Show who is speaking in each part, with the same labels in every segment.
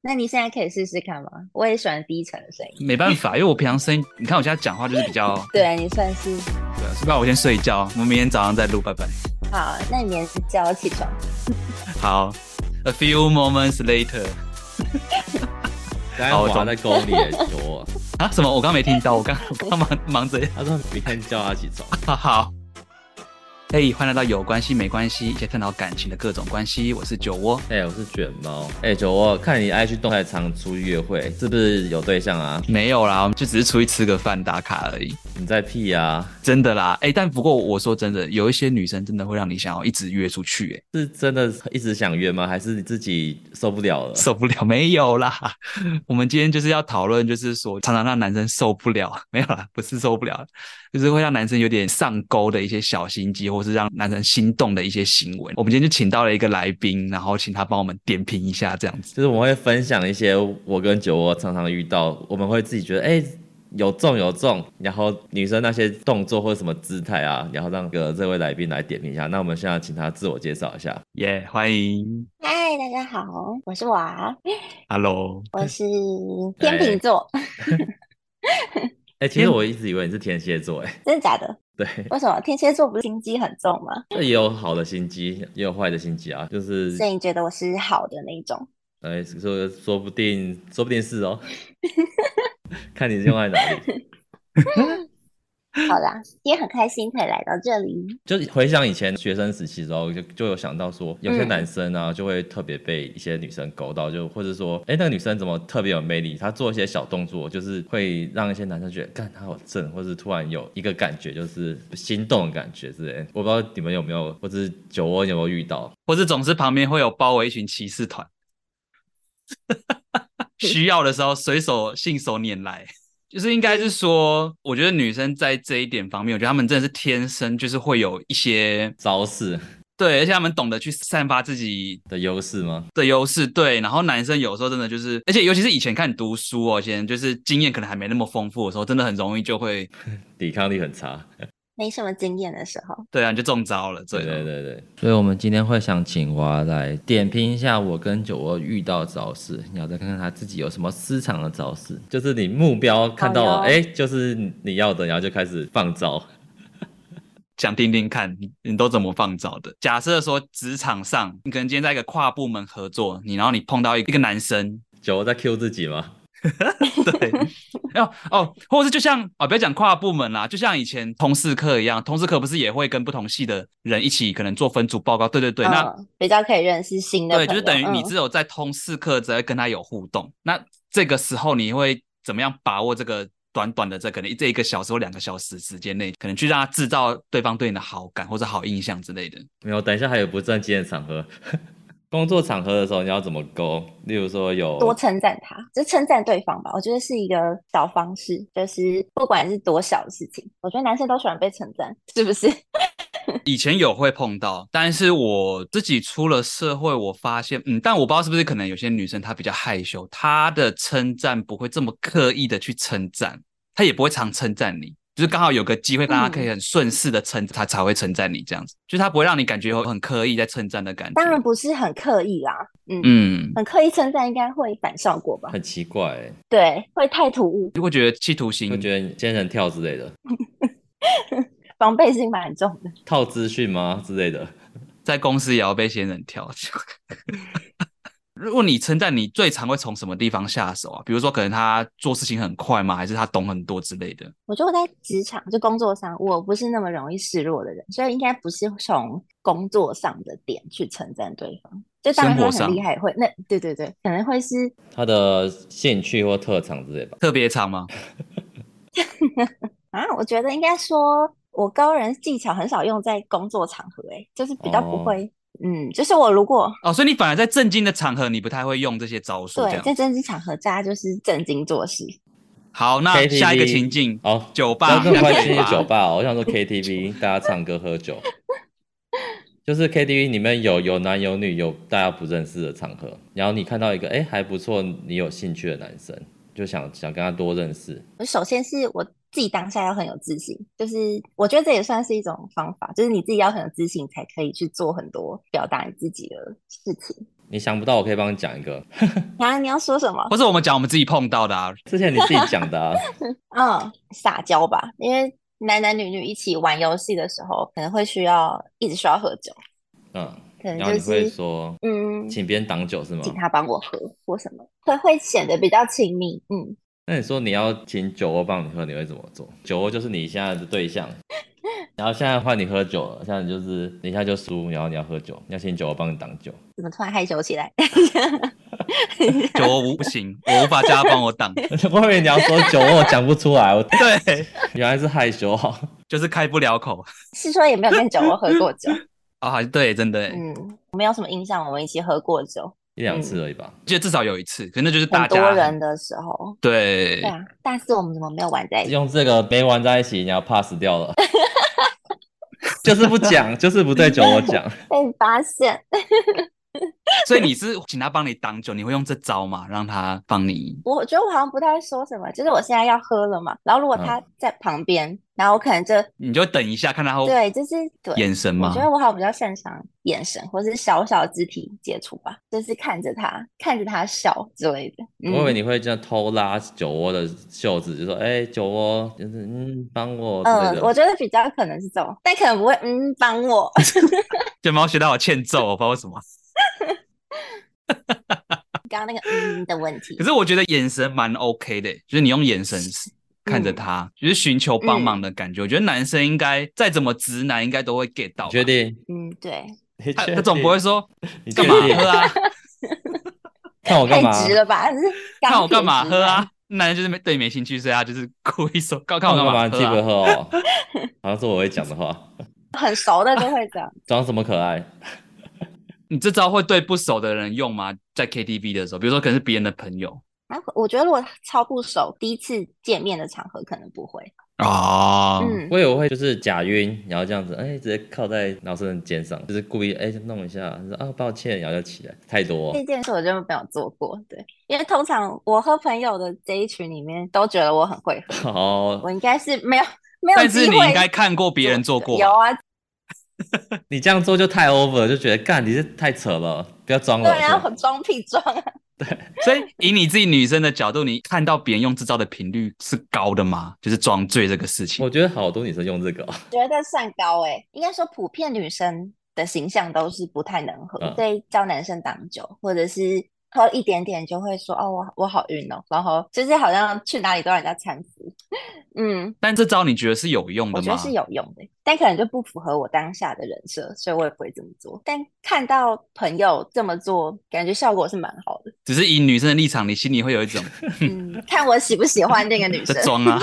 Speaker 1: 那你现在可以试试看吗？我也喜欢低沉的声音。
Speaker 2: 没办法，因为我平常声音，你看我现在讲话就是比较，
Speaker 1: 对啊你算是
Speaker 2: 对啊，是吧？我先睡一觉，我们明天早上再录，拜拜。
Speaker 1: 好，那你明天叫我起床。
Speaker 2: 好，A few moments later，
Speaker 3: 刚
Speaker 2: 好我懂
Speaker 3: 刚华在 沟里也求我，
Speaker 2: 啊，什么？我刚没听到，我刚我刚忙忙着
Speaker 3: 他说明天叫他起床。
Speaker 2: 哈 好。嘿，欢迎来到有关系没关系，一起探讨感情的各种关系。我是酒窝，
Speaker 3: 哎、我是卷毛。哎、九我看你 IG 动态常出约会，是不是有对象啊？
Speaker 2: 没有啦，我们就只是出去吃个饭打卡而已，
Speaker 3: 你在屁啊？
Speaker 2: 真的啦。哎，但不过我说真的，有一些女生真的会让你想要一直约出去、哎，
Speaker 3: 是真的一直想约吗？还是你自己受不 了了？
Speaker 2: 受不了，没有啦。 我们今天就是要讨论，就是说常常让男生受不了， 没有啦，不是受不了，就是会让男生有点上钩的一些小心机，或是让男生心动的一些行为。我们今天就请到了一个来宾，然后请他帮我们点评一下，这样子。
Speaker 3: 就是我会分享一些我跟酒窝常常遇到，我们会自己觉得哎、有中有中，然后女生那些动作或者什么姿态啊，然后让个这位来宾来点评一下。那我们现在请他自我介绍一下。
Speaker 2: 耶、欢迎
Speaker 1: 嗨，大家好，我是娃，
Speaker 2: ，Hello，
Speaker 1: 我 是天秤座，
Speaker 3: 哎、其实我一直以为你是天蝎座，哎，
Speaker 1: 真的假的？
Speaker 3: 对，
Speaker 1: 为什么天蝎座不是心机很重吗？
Speaker 3: 这也有好的心机，也有坏的心机啊，就是
Speaker 1: 所以你觉得我是好的那一种？
Speaker 3: 哎，说说不定，说不定是哦， 看你用在哪里。
Speaker 1: 好啦，今天很开心可以来到这里。
Speaker 3: 就回想以前学生时期的时候，就就有想到说，有些
Speaker 1: 嗯
Speaker 3: 男生啊，就会特别被一些女生勾到，就或者说，哎，那个女生怎么特别有魅力？她做一些小动作，就是会让一些男生觉得，干，她好正，或是突然有一个感觉，就是心动的感觉之类的。我不知道你们有没有，或者是酒窝有没有遇到？
Speaker 2: 或者总是旁边会有包围一群骑士团， 需要的时候随手信手拈来。就是应该是说，我觉得女生在这一点方面，我觉得她们真的是天生就是会有一些
Speaker 3: 招式
Speaker 2: 对，而且她们懂得去散发自己
Speaker 3: 的优势吗？
Speaker 2: 的优势，对。然后男生有时候真的就是，而且尤其是以前看你读书哦，以前就是经验可能还没那么丰富的时候，真的很容易就会，
Speaker 3: 抵抗力很差。
Speaker 1: 没什么经验的时候，
Speaker 2: 对啊，你就中招了，
Speaker 3: 对
Speaker 2: 对的。
Speaker 3: 对对对，所以我们今天会想请娃来点评一下我跟酒窝遇到的招式，然后再看看他自己有什么私藏的招式。就是你目标看到了，
Speaker 1: 好哟
Speaker 3: 哎、就是你要的，然后就开始放招。
Speaker 2: 想听听看你你都怎么放招的。假设说职场上，你可能今天在一个跨部门合作，你然后你碰到一个 男生，
Speaker 3: 酒窝在 Q 自己吗？
Speaker 2: 对，哦哦，或者是就像啊、哦，不要讲跨部门啦，就像以前同事课一样，同事课不是也会跟不同系的人一起可能做分组报告，对对对，那
Speaker 1: 嗯，比较可以认识新的
Speaker 2: 对，
Speaker 1: 朋
Speaker 2: 就是等于
Speaker 1: 友
Speaker 2: 你
Speaker 1: 嗯
Speaker 2: 只有在通识课才会跟他有互动。那这个时候你会怎么样把握这个短短的这可能这一个小时或两个小时时间内，可能去让他制造对方对你的好感或者好印象之类的？
Speaker 3: 没有，等一下还有不正经的场合。 工作场合的时候你要怎么勾？例如说有
Speaker 1: 多称赞他，就称赞对方吧。我觉得是一个小方式，就是不管是多小的事情，我觉得男生都喜欢被称赞，是不是？
Speaker 2: 以前有会碰到，但是我自己出了社会，我发现，嗯，但我不知道是不是可能有些女生她比较害羞，她的称赞不会这么刻意的去称赞，她也不会常称赞你，就是刚好有个机会让她可以很顺势的称，她才会称赞你这样子，就是她不会让你感觉有很刻意在称赞的感觉
Speaker 1: 当。然不是很刻意啦，嗯，
Speaker 2: 嗯，
Speaker 1: 很刻意称赞应该会反效果吧？
Speaker 3: 很奇怪、欸，
Speaker 1: 对，会太突兀，
Speaker 2: 如果觉得企图心
Speaker 3: 会，觉得你仙人跳之类的，
Speaker 1: 防备心蛮重的。
Speaker 3: 套资讯吗之类的？
Speaker 2: 在公司也要被仙人跳。 如果你称赞你最常会从什么地方下手啊？比如说，可能他做事情很快吗？还是他懂很多之类的？
Speaker 1: 我觉得我在职场就工作上，我不是那么容易示弱的人，所以应该不是从工作上的点去称赞对方。就当然
Speaker 2: 生活
Speaker 1: 他很厉
Speaker 2: 上
Speaker 1: 害，会那对对对，可能会是
Speaker 3: 他的兴趣或特长之类吧。
Speaker 2: 特别长吗？
Speaker 1: 啊，我觉得应该说，我高人技巧很少用在工作场合、欸，就是比较不
Speaker 3: 哦
Speaker 1: 会，嗯，就是我如果
Speaker 2: 哦，所以你反而在正经的场合，你不太会用这些招数。这
Speaker 1: 对
Speaker 2: 样
Speaker 1: 在正经场合，大家就是正经做事，
Speaker 2: 好，那
Speaker 3: KTV
Speaker 2: 下一个情境，
Speaker 3: 好、
Speaker 2: 酒吧
Speaker 3: 那这么快
Speaker 2: 两
Speaker 3: 进
Speaker 2: 点
Speaker 3: 去
Speaker 2: 吧
Speaker 3: 酒吧哦、我想说 KTV，大家唱歌喝酒， 就是 KTV 里面有有男有女，有大家不认识的场合，然后你看到一个哎、还不错，你有兴趣的男生，就想想跟他多认识，
Speaker 1: 我首先是我自己当下要很有自信，就是我觉得这也算是一种方法，就是你自己要很有自信，才可以去做很多表达你自己的事情。
Speaker 3: 你想不到，我可以帮你讲一个，
Speaker 1: 啊，你要说什么？
Speaker 2: 或是我们讲我们自己碰到的啊，
Speaker 3: 之前你自己讲的啊，
Speaker 1: 嗯，撒娇吧，因为男男女女一起玩游戏的时候，可能会需要一直需要喝酒，
Speaker 3: 嗯，
Speaker 1: 可能
Speaker 3: 然后你
Speaker 1: 就
Speaker 3: 会
Speaker 1: 是
Speaker 3: 说，
Speaker 1: 嗯，
Speaker 3: 请别人挡酒是吗？
Speaker 1: 请他帮我喝或什么，会会显得比较亲密。嗯，
Speaker 3: 那你说你要请酒窝帮你喝，你会怎么做？酒窝就是你现在的对象，然后现在换你喝酒了，现在就是你现在就输，然后你要喝酒，你要请酒窝帮你挡酒，
Speaker 1: 怎么突然害羞起来？
Speaker 2: 酒我无不行，我无法叫他帮 我挡。
Speaker 3: 我以为你要说酒窝，我讲不出 来，我
Speaker 2: 对，
Speaker 3: 原来是害羞啊，
Speaker 2: 就是开不了口
Speaker 1: 是说也没有跟酒窝喝过酒？
Speaker 2: 啊，好像对，真的耶，
Speaker 1: 嗯，没有什么印象，我们一起喝过酒，
Speaker 3: 一两次而已吧。
Speaker 2: 记得至少有一次，可那就是大
Speaker 1: 很
Speaker 2: 家
Speaker 1: 多人的时候。
Speaker 2: 对
Speaker 1: 对啊，大四我们怎么没有玩在一起？
Speaker 3: 嗯用这个没玩在一起，你要 pass 掉了， 就是不讲，就是不对酒窝讲。
Speaker 1: 被发现，
Speaker 2: 所以你是请他帮你挡酒，你会用这招吗？让他帮你？
Speaker 1: 我觉得我好像不太会说什么，就是我现在要喝了嘛，然后如果他在旁边，然后我可能就
Speaker 2: 你就等一下看他会
Speaker 1: 对，就是对，
Speaker 2: 哦眼神
Speaker 1: 我
Speaker 2: 吗
Speaker 1: 觉？得我好像比较擅长眼神或是小小肢体接触吧，就是看着他，看着他笑之类的。嗯
Speaker 3: 我以为你会这样偷拉酒窝的袖子，就说：“哎、酒窝，就是嗯，帮我之类
Speaker 1: 嗯，
Speaker 3: 的。
Speaker 1: 我觉得比较可能是这种，但可能不会嗯帮我。
Speaker 2: 卷毛学到我欠揍，我不知道为什么。
Speaker 1: 刚刚那个嗯的问题
Speaker 2: 可，是我觉得眼神蛮 OK 的，就是你用眼神看着他，就是寻求帮忙的感觉。我觉得男生应该再怎么直男，应该都会 get 到吧。
Speaker 3: 你确定？
Speaker 1: 嗯对，
Speaker 3: 你
Speaker 2: 他
Speaker 3: 确
Speaker 2: 他总不会
Speaker 3: 定
Speaker 2: 说
Speaker 3: 你
Speaker 2: 干
Speaker 3: 确
Speaker 2: 嘛
Speaker 3: 定
Speaker 2: 喝啊，
Speaker 3: 看我
Speaker 1: 太
Speaker 3: 干嘛？
Speaker 1: 直了吧？ 就是
Speaker 2: 看
Speaker 1: 钢
Speaker 2: 我
Speaker 1: 铁
Speaker 2: 干嘛
Speaker 1: 直
Speaker 2: 喝
Speaker 1: 男
Speaker 2: 啊？？男人就是没对你没兴趣，所以他就是故意说看看
Speaker 3: 看
Speaker 2: 我
Speaker 3: 我
Speaker 2: 干嘛
Speaker 3: 干嘛？你自己不
Speaker 2: 喝、
Speaker 3: 会
Speaker 2: 啊。
Speaker 3: 喝哦，好像是我会讲的话，
Speaker 1: 很熟的就会这样。
Speaker 3: 装什么可爱？
Speaker 2: 你这招会对不熟的人用吗？在 KTV 的时候，比如说可能是别人的朋友
Speaker 1: 然后我觉得如果超不熟，第一次见面的场合可能不会。
Speaker 2: 哦
Speaker 1: 嗯，
Speaker 3: 我以为会就是假晕，然后这样子，哎、直接靠在老师的肩上，就是故意哎、就弄一下，说啊抱歉，然后就起来，太多
Speaker 1: 这件事我就没有做过，对，因为通常我和朋友的这一群里面都觉得我很会喝，
Speaker 3: 哦。
Speaker 1: 我应该是没有没有
Speaker 2: 但
Speaker 1: 机
Speaker 2: 是
Speaker 1: 会。
Speaker 2: 你应该看过别人做过吧，
Speaker 1: 有啊，
Speaker 3: 你这样做就太 over，了就觉得干你是太扯了，不要装
Speaker 1: 对
Speaker 3: 了。
Speaker 1: 啊，
Speaker 2: 嗯
Speaker 3: 是
Speaker 1: 我
Speaker 3: 吧
Speaker 1: 装屁装啊！
Speaker 2: 所以以你自己女生的角度，你看到别人用这招的频率是高的吗？就是装醉这个事情
Speaker 3: 我，觉得好多女生用这个哦，
Speaker 1: 觉得算高哎、应该说普遍女生的形象都是不太能喝，
Speaker 3: 嗯
Speaker 1: 所以叫男生挡酒，或者是喝一点点就会说哦，我我好晕哦，然后就是好像去哪里都让人家搀扶。 嗯，
Speaker 2: 但这招你觉得是有用的
Speaker 1: 我觉
Speaker 2: 吗？
Speaker 1: 得是有用的，但可能就不符合我当下的人设，所以我也不会这么做。但看到朋友这么做，感觉效果是蛮好 的。
Speaker 2: 只是以女生的立场，你心里会有一种
Speaker 1: 嗯，看我喜不喜欢那个 女生
Speaker 2: 在。装啊。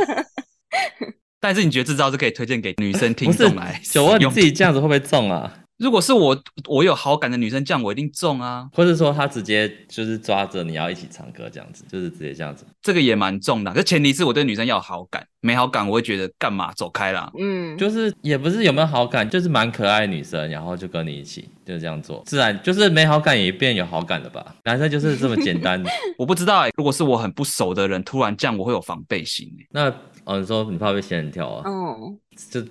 Speaker 2: 但是你觉得这招是可以推荐给女生听
Speaker 3: 不是
Speaker 2: 众 来使
Speaker 3: 酒窝你
Speaker 2: 用
Speaker 3: 自？己这样子会不会中啊？
Speaker 2: 如果是我，我有好感的女生，这样我一定中啊，
Speaker 3: 或者说他直接就是抓着你要一起唱歌这样子，就是直接这样子。
Speaker 2: 这个也蛮中的。可是前提是我对女生要有好感，没好感我会觉得干嘛走开啦。
Speaker 1: 嗯，
Speaker 3: 就是也不是有没有好感，就是蛮可爱的女生，然后就跟你一起就这样做，自然就是没好感也变有好感了吧？男生就是这么简单。
Speaker 2: 我不知道、欸，如果是我很不熟的人，突然这样我会有防备心、欸。
Speaker 3: 那哦，你说你怕被仙人跳啊？
Speaker 1: 嗯，
Speaker 3: 就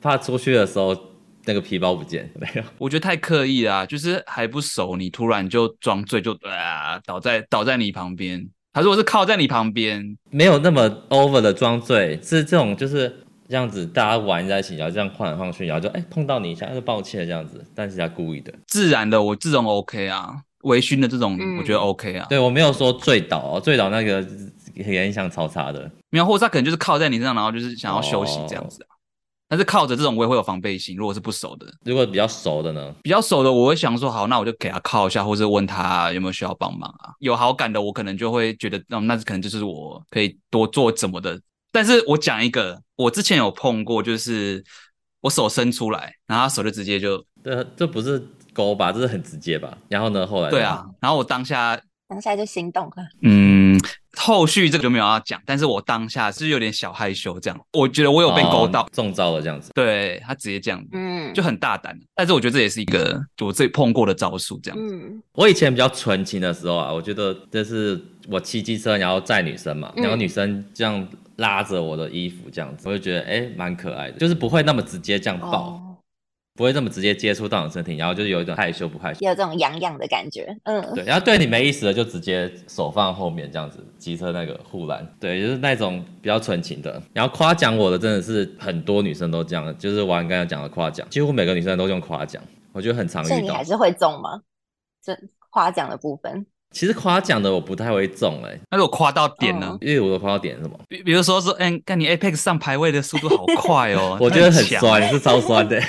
Speaker 3: 怕出去的时候那个皮包不见，没有？
Speaker 2: 我觉得太刻意啦、就是还不熟，你突然就装醉就啊、倒在倒在你旁边。他如果是靠在你旁边，
Speaker 3: 没有那么 over 的装醉，是这种就是这样子，大家玩在一起，然后这样晃来晃去，然后就哎、碰到你一下，就抱歉这样子，但是他故意的。
Speaker 2: 自然的我这种 OK 啊，微醺的这种
Speaker 1: 嗯
Speaker 2: 我觉得 OK 啊。
Speaker 3: 对我没有说醉倒、哦，醉倒那个也影响超差的。
Speaker 2: 没有，或者他可能就是靠在你身上，然后就是想要休息这样子啊。但是靠着这种我也会有防备心，如果是不熟的，
Speaker 3: 如果比较熟的呢，
Speaker 2: 比较熟的我会想说好，那我就给他靠一下，或者问他有没有需要帮忙啊。有好感的我可能就会觉得，嗯，那可能就是我可以多做怎么的。但是我讲一个，我之前有碰过，就是我手伸出来，然后他手就直接就
Speaker 3: 这这不是勾吧，这是很直接吧？然后呢，后来呢
Speaker 2: 对啊，，然后我当下
Speaker 1: 当下就心动了。
Speaker 2: 嗯，后续这个就没有要讲，但是我当下是有点小害羞这样，我觉得我有被勾到，
Speaker 3: 哦中招了这样子。
Speaker 2: 对他直接这样
Speaker 1: 嗯，
Speaker 2: 就很大胆，但是我觉得这也是一个我自己碰过的招数这样。
Speaker 1: 嗯
Speaker 3: 我以前比较纯情的时候啊，我觉得这是我骑机车然后载女生嘛，
Speaker 1: 嗯
Speaker 3: 然后女生这样拉着我的衣服这样子，我就觉得哎蛮、可爱的，就是不会那么直接这样抱。
Speaker 1: 哦，
Speaker 3: 不会这么直接接触到你身体，然后就是有一种害羞不害羞。
Speaker 1: 有这种痒痒的感觉，嗯，
Speaker 3: 对，然后对你没意思的就直接手放后面这样子，机车那个护栏，对，就是那种比较纯情的。然后夸奖我的真的是很多女生都这样，就是我刚才讲的夸奖，几乎每个女生都用夸奖，我觉得很常
Speaker 1: 所以
Speaker 3: 遇
Speaker 1: 你
Speaker 3: 到
Speaker 1: 还。是会中吗？这夸奖的部分，
Speaker 3: 其实夸奖的我不太会中哎、
Speaker 2: 那如果夸到点呢
Speaker 1: 嗯？
Speaker 3: 因为我的夸到点是什么，，
Speaker 2: 比比如说说，嗯，看你 Apex 上排位的速度好快哦
Speaker 3: 我觉得很
Speaker 2: 强。
Speaker 3: 酸，是超酸的、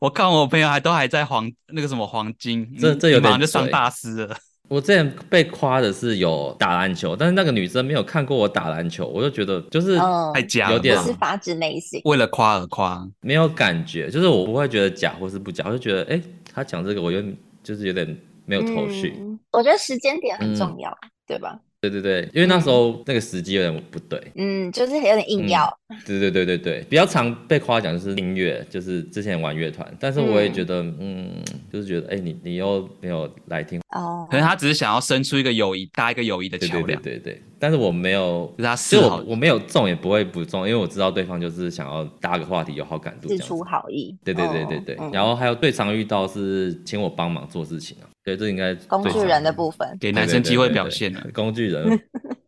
Speaker 2: 我看我朋友还都还在黄那个什么黄金，
Speaker 3: 这
Speaker 2: 嗯
Speaker 3: 这有
Speaker 2: 你马上就
Speaker 3: 点
Speaker 2: 上
Speaker 3: 水
Speaker 2: 大师了。
Speaker 3: 我之前被夸的是有打篮球，但是那个女生没有看过我打篮球，我就觉得就是
Speaker 1: 嗯，
Speaker 2: 太假了
Speaker 3: 有
Speaker 2: 吧，
Speaker 3: 点
Speaker 1: 是发自内心，
Speaker 2: 为了夸而夸，
Speaker 3: 没有感觉，就是我不会觉得假或是不假，我就觉得哎、她讲这个我有点就是有点没有头绪。嗯
Speaker 1: 嗯。我觉得时间点很重要，对吧？
Speaker 3: 对对对，因为那时候那个时机有点不对。
Speaker 1: 嗯，就是有点硬要，
Speaker 3: 对对对对对，比较常被夸奖就是音乐，就是之前玩乐团，但是我也觉得，嗯，就是觉得，哎、你你又没有来听，
Speaker 1: 哦
Speaker 2: 可，能他只是想要生出一个友谊，搭一个友谊的
Speaker 3: 对
Speaker 2: 桥
Speaker 3: 对对
Speaker 2: 梁，
Speaker 3: 对对，但是我没有
Speaker 2: 就是，他
Speaker 3: 就
Speaker 2: 示
Speaker 3: 是
Speaker 2: 好
Speaker 3: 我。我没有中也不会不中，因为我知道对方就是想要搭个话题，有好感度
Speaker 1: 自
Speaker 3: 这样子
Speaker 1: 出。好意，
Speaker 3: 对对对对对，
Speaker 1: 哦嗯
Speaker 3: 然后还有最常遇到是请我帮忙做事情啊，对，这应该
Speaker 1: 工
Speaker 3: 最
Speaker 1: 具
Speaker 3: 常
Speaker 1: 人的部分，
Speaker 2: 给
Speaker 3: 对
Speaker 2: 男
Speaker 3: 对
Speaker 2: 生
Speaker 3: 对
Speaker 2: 机会
Speaker 3: 对
Speaker 2: 表
Speaker 3: 对
Speaker 2: 现啊了，
Speaker 3: 工具人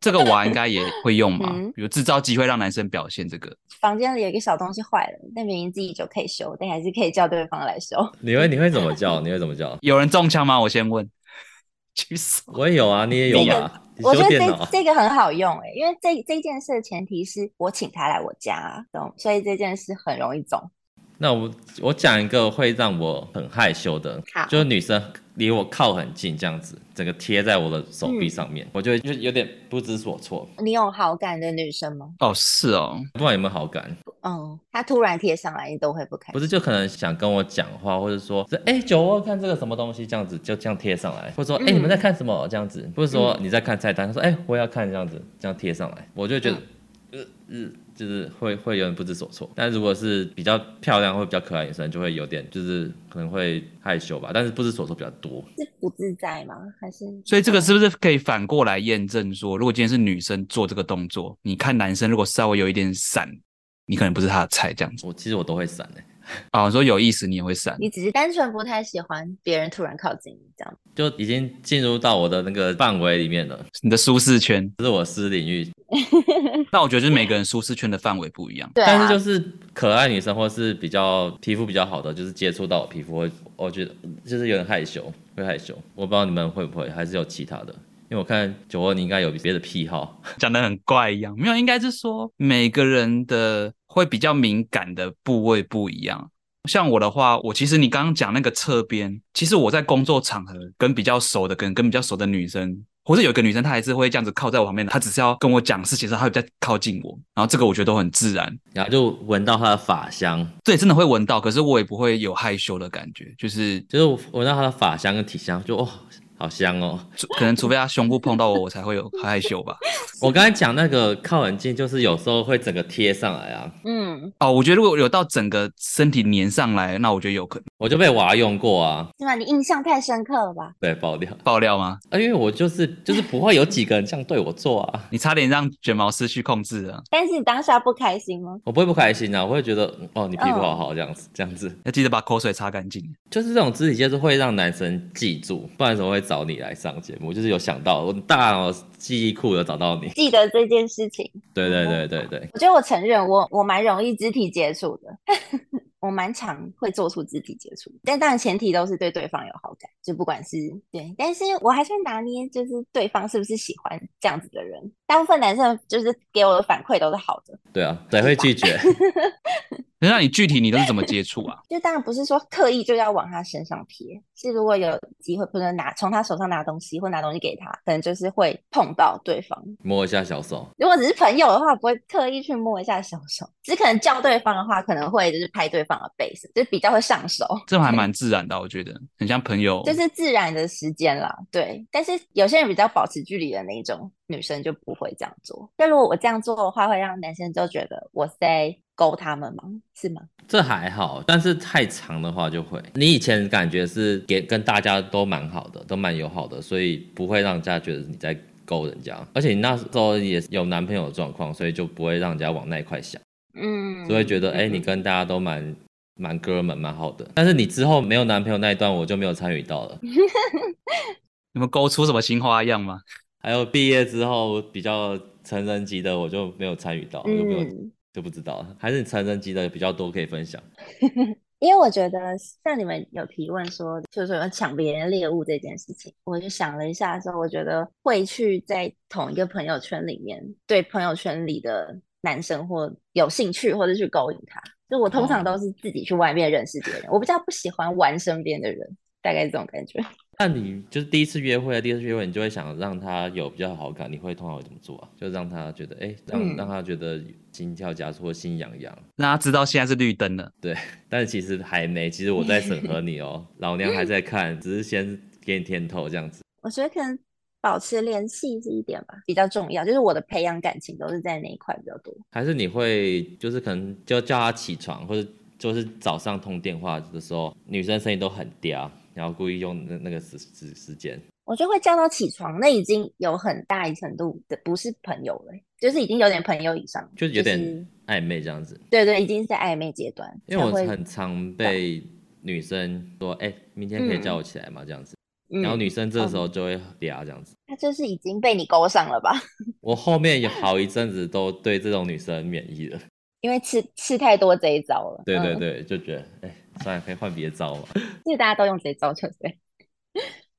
Speaker 2: 这个娃应该也会用嘛
Speaker 1: 嗯？
Speaker 2: 比如制造机会让男生表现这个，
Speaker 1: 房间里有一个小东西坏了，但明明自己就可以修，但还是可以叫对方来修。
Speaker 3: 你会你会怎么 叫？你会怎么叫？
Speaker 2: 有人中枪吗？我先问， 去死！
Speaker 3: 我也有啊，你也有
Speaker 1: 这个
Speaker 3: 吧？你
Speaker 1: 我觉
Speaker 3: 修
Speaker 1: 得
Speaker 3: 电脑
Speaker 1: 这
Speaker 3: 啊，
Speaker 1: 这个很好用诶、因为这这件事的前提是我请他来我家，懂？所以这件事很容易中。
Speaker 3: 那我我讲一个会让我很害羞的
Speaker 1: 好，
Speaker 3: 就是女生离我靠很近这样子，整个贴在我的手
Speaker 1: 嗯
Speaker 3: 臂上面，我就会就有点不知所措，
Speaker 1: 你有好感的女生吗？
Speaker 2: 哦，是哦，
Speaker 3: 不知道有没有好感，
Speaker 1: 嗯，她突然贴上来，你都会不开
Speaker 3: 不
Speaker 1: 心。
Speaker 3: 是就可能想跟我讲话，或者说是哎酒窝看这个什么东西这样子，就这样贴上来，或者说哎、
Speaker 1: 嗯
Speaker 3: 你们在看什么这样子，不是说你在看菜单，说哎我也要看这样子，这样贴上来，我就觉得，呃呃。就是会会有点不知所措，但如果是比较漂亮或比较可爱的女生，就会有点就是可能会害羞吧，但是不知所措比较多。
Speaker 1: 是不自在吗？还是？
Speaker 2: 所以这个是不是可以反过来验证说，如果今天是女生做这个动作，你看男生如果稍微有一点闪，你可能不是他的菜这样子
Speaker 3: 我其实我都会闪的、欸
Speaker 2: 啊、哦。说有意思你也会闪，
Speaker 1: 你只是单纯不太喜欢别人突然靠近你这样。
Speaker 3: 就已经进入到我的那个范围里面了，
Speaker 2: 你的舒适圈。
Speaker 3: 这是我私领域。
Speaker 2: 那我觉得就是每个人舒适圈的范围不一样。
Speaker 1: 对啊，
Speaker 3: 但是就是可爱女生或是比较皮肤比较好的，就是接触到我皮肤，我我觉得就是有点害羞，会害羞。我不知道你们会不会，还是有其他的。因为我看九二，你应该有别的癖好，
Speaker 2: 讲的很怪一样，没有，应该是说每个人的会比较敏感的部位不一样。像我的话，我其实你刚刚讲那个侧边，其实我在工作场合跟比较熟的，跟跟比较熟的女生，或者有一个女生她还是会这样子靠在我旁边的，她只是要跟我讲事情的时候，她会比较靠近我，然后这个我觉得都很自然，
Speaker 3: 然后就闻到她的发香，
Speaker 2: 对，真的会闻到，可是我也不会有害羞的感觉，就是
Speaker 3: 就是闻到她的发香跟体香，就哦，好香哦。
Speaker 2: 除可能除非她胸部碰到我，我才会有害羞吧。
Speaker 3: 我刚才讲那个靠很近，就是有时候会整个贴上来啊，
Speaker 1: 嗯，
Speaker 2: 哦，我觉得如果有到整个身体粘上来，那我觉得有可能
Speaker 3: 我就被娃用过啊，
Speaker 1: 是吧？你印象太深刻了吧？
Speaker 3: 对，爆料。
Speaker 2: 爆料吗？
Speaker 3: 啊，因为我就是就是不会有几个人这样对我做啊，
Speaker 2: 你差点让卷毛失去控制了，
Speaker 1: 但是你当下不开心吗？
Speaker 3: 我不会不开心啊，我会觉得嗯哦你皮肤好好这样子这样子，
Speaker 2: 要记得把口水擦干净。
Speaker 3: 就是这种肢体接触会让男生记住，不然怎么会找你来上节目？就是有想到我大脑记忆库有找到你，
Speaker 1: 记得这件事情，
Speaker 3: 对对对对对，
Speaker 1: 我觉得我承认我我蛮容易肢体接触的， 我蛮常会做出肢体接触，但当然前提都是对对方有好感，就不管是对，但是我还是会拿捏，就是对方是不是喜欢这样子的人。大部分男生就是给我的反馈都是好的，
Speaker 3: 对啊，谁会拒绝？
Speaker 2: 那让你具体你都是怎么接触啊？
Speaker 1: 就当然不是说刻意就要往他身上贴，是如果有机会，不能拿从他手上拿东西或拿东西给他，可能就是会碰到对方。
Speaker 3: 摸一下小手，
Speaker 1: 如果只是朋友的话，不会刻意去摸一下小手，只可能叫对方的话，可能会就是拍对方的背，就是比较会上手，
Speaker 3: 哦
Speaker 2: 这还蛮自然的，我觉得很像朋友。
Speaker 1: 就是自然的时间啦。对，但是有些人比较保持距离的那一种女生就不会这样做。那如果我这样做的话，会让男生就觉得我在勾他们吗？是吗？
Speaker 3: 这还好，但是太长的话就会。你以前感觉是给跟大家都蛮好的，都蛮友好的，所以不会让人家觉得你在勾人家。而且你那时候也有男朋友的状况，所以就不会让人家往那一块想。
Speaker 1: 嗯，
Speaker 3: 就会觉得哎、
Speaker 1: 嗯
Speaker 3: 你跟大家都蛮蛮哥们，蛮好的。但是你之后没有男朋友那一段，我就没有参与到了。
Speaker 2: 你们勾出什么新花样吗？
Speaker 3: 还有毕业之后比较成人级的，我就没有参与到，我就没有、
Speaker 1: 嗯
Speaker 3: 就哦不知道了。还是你成人级的比较多可以分享。
Speaker 1: 因为我觉得像你们有提问说，就是说抢别人猎物这件事情，我就想了一下之后，我觉得会去在同一个朋友圈里面对朋友圈里的男生或有兴趣，或者去勾引他。就我通常都是自己去外面认识别人，我比较不喜欢玩身边的人，大概是这种感觉。
Speaker 3: 那你就是第一次约会啊，第一次约会你就会想让他有比较好感，你会通常会怎么做啊？就让他觉得哎、让、
Speaker 1: 嗯
Speaker 3: 让他觉得心跳加速或心痒痒。
Speaker 2: 让他知道现在是绿灯了。
Speaker 3: 但是其实还没，其实我在审核你哦，老娘还在看，只是先给你甜头这样子。
Speaker 1: 我觉得可能保持联系是一点吧，比较重要。就是我的培养感情都是在那一块比较多。
Speaker 3: 还是你会就是可能就叫他起床，或者就是早上通电话的时候，女生声音都很嗲，然后故意用那那个时时时间。
Speaker 1: 我就会叫到起床，那已经有很大一程度的不是朋友了，就是已经有点朋友以上了，
Speaker 3: 就有点
Speaker 1: 是
Speaker 3: 暧昧这样子，
Speaker 1: 对对，已经是在暧昧阶段，
Speaker 3: 因为我
Speaker 1: 才会
Speaker 3: 很常被女生说，哎、明天可以
Speaker 1: 嗯
Speaker 3: 叫我起来吗？这样子，
Speaker 1: 嗯，
Speaker 3: 然后女生这时候就会嗲这样子。
Speaker 1: 他就是已经被你勾上了吧？
Speaker 3: 我后面有好一阵子都对这种女生免疫了，
Speaker 1: 因为吃吃太多这一招了，
Speaker 3: 对对
Speaker 1: 嗯，
Speaker 3: 对，就觉得哎、算了，可以换别招嘛，
Speaker 1: 就是大家都用这一招，就是对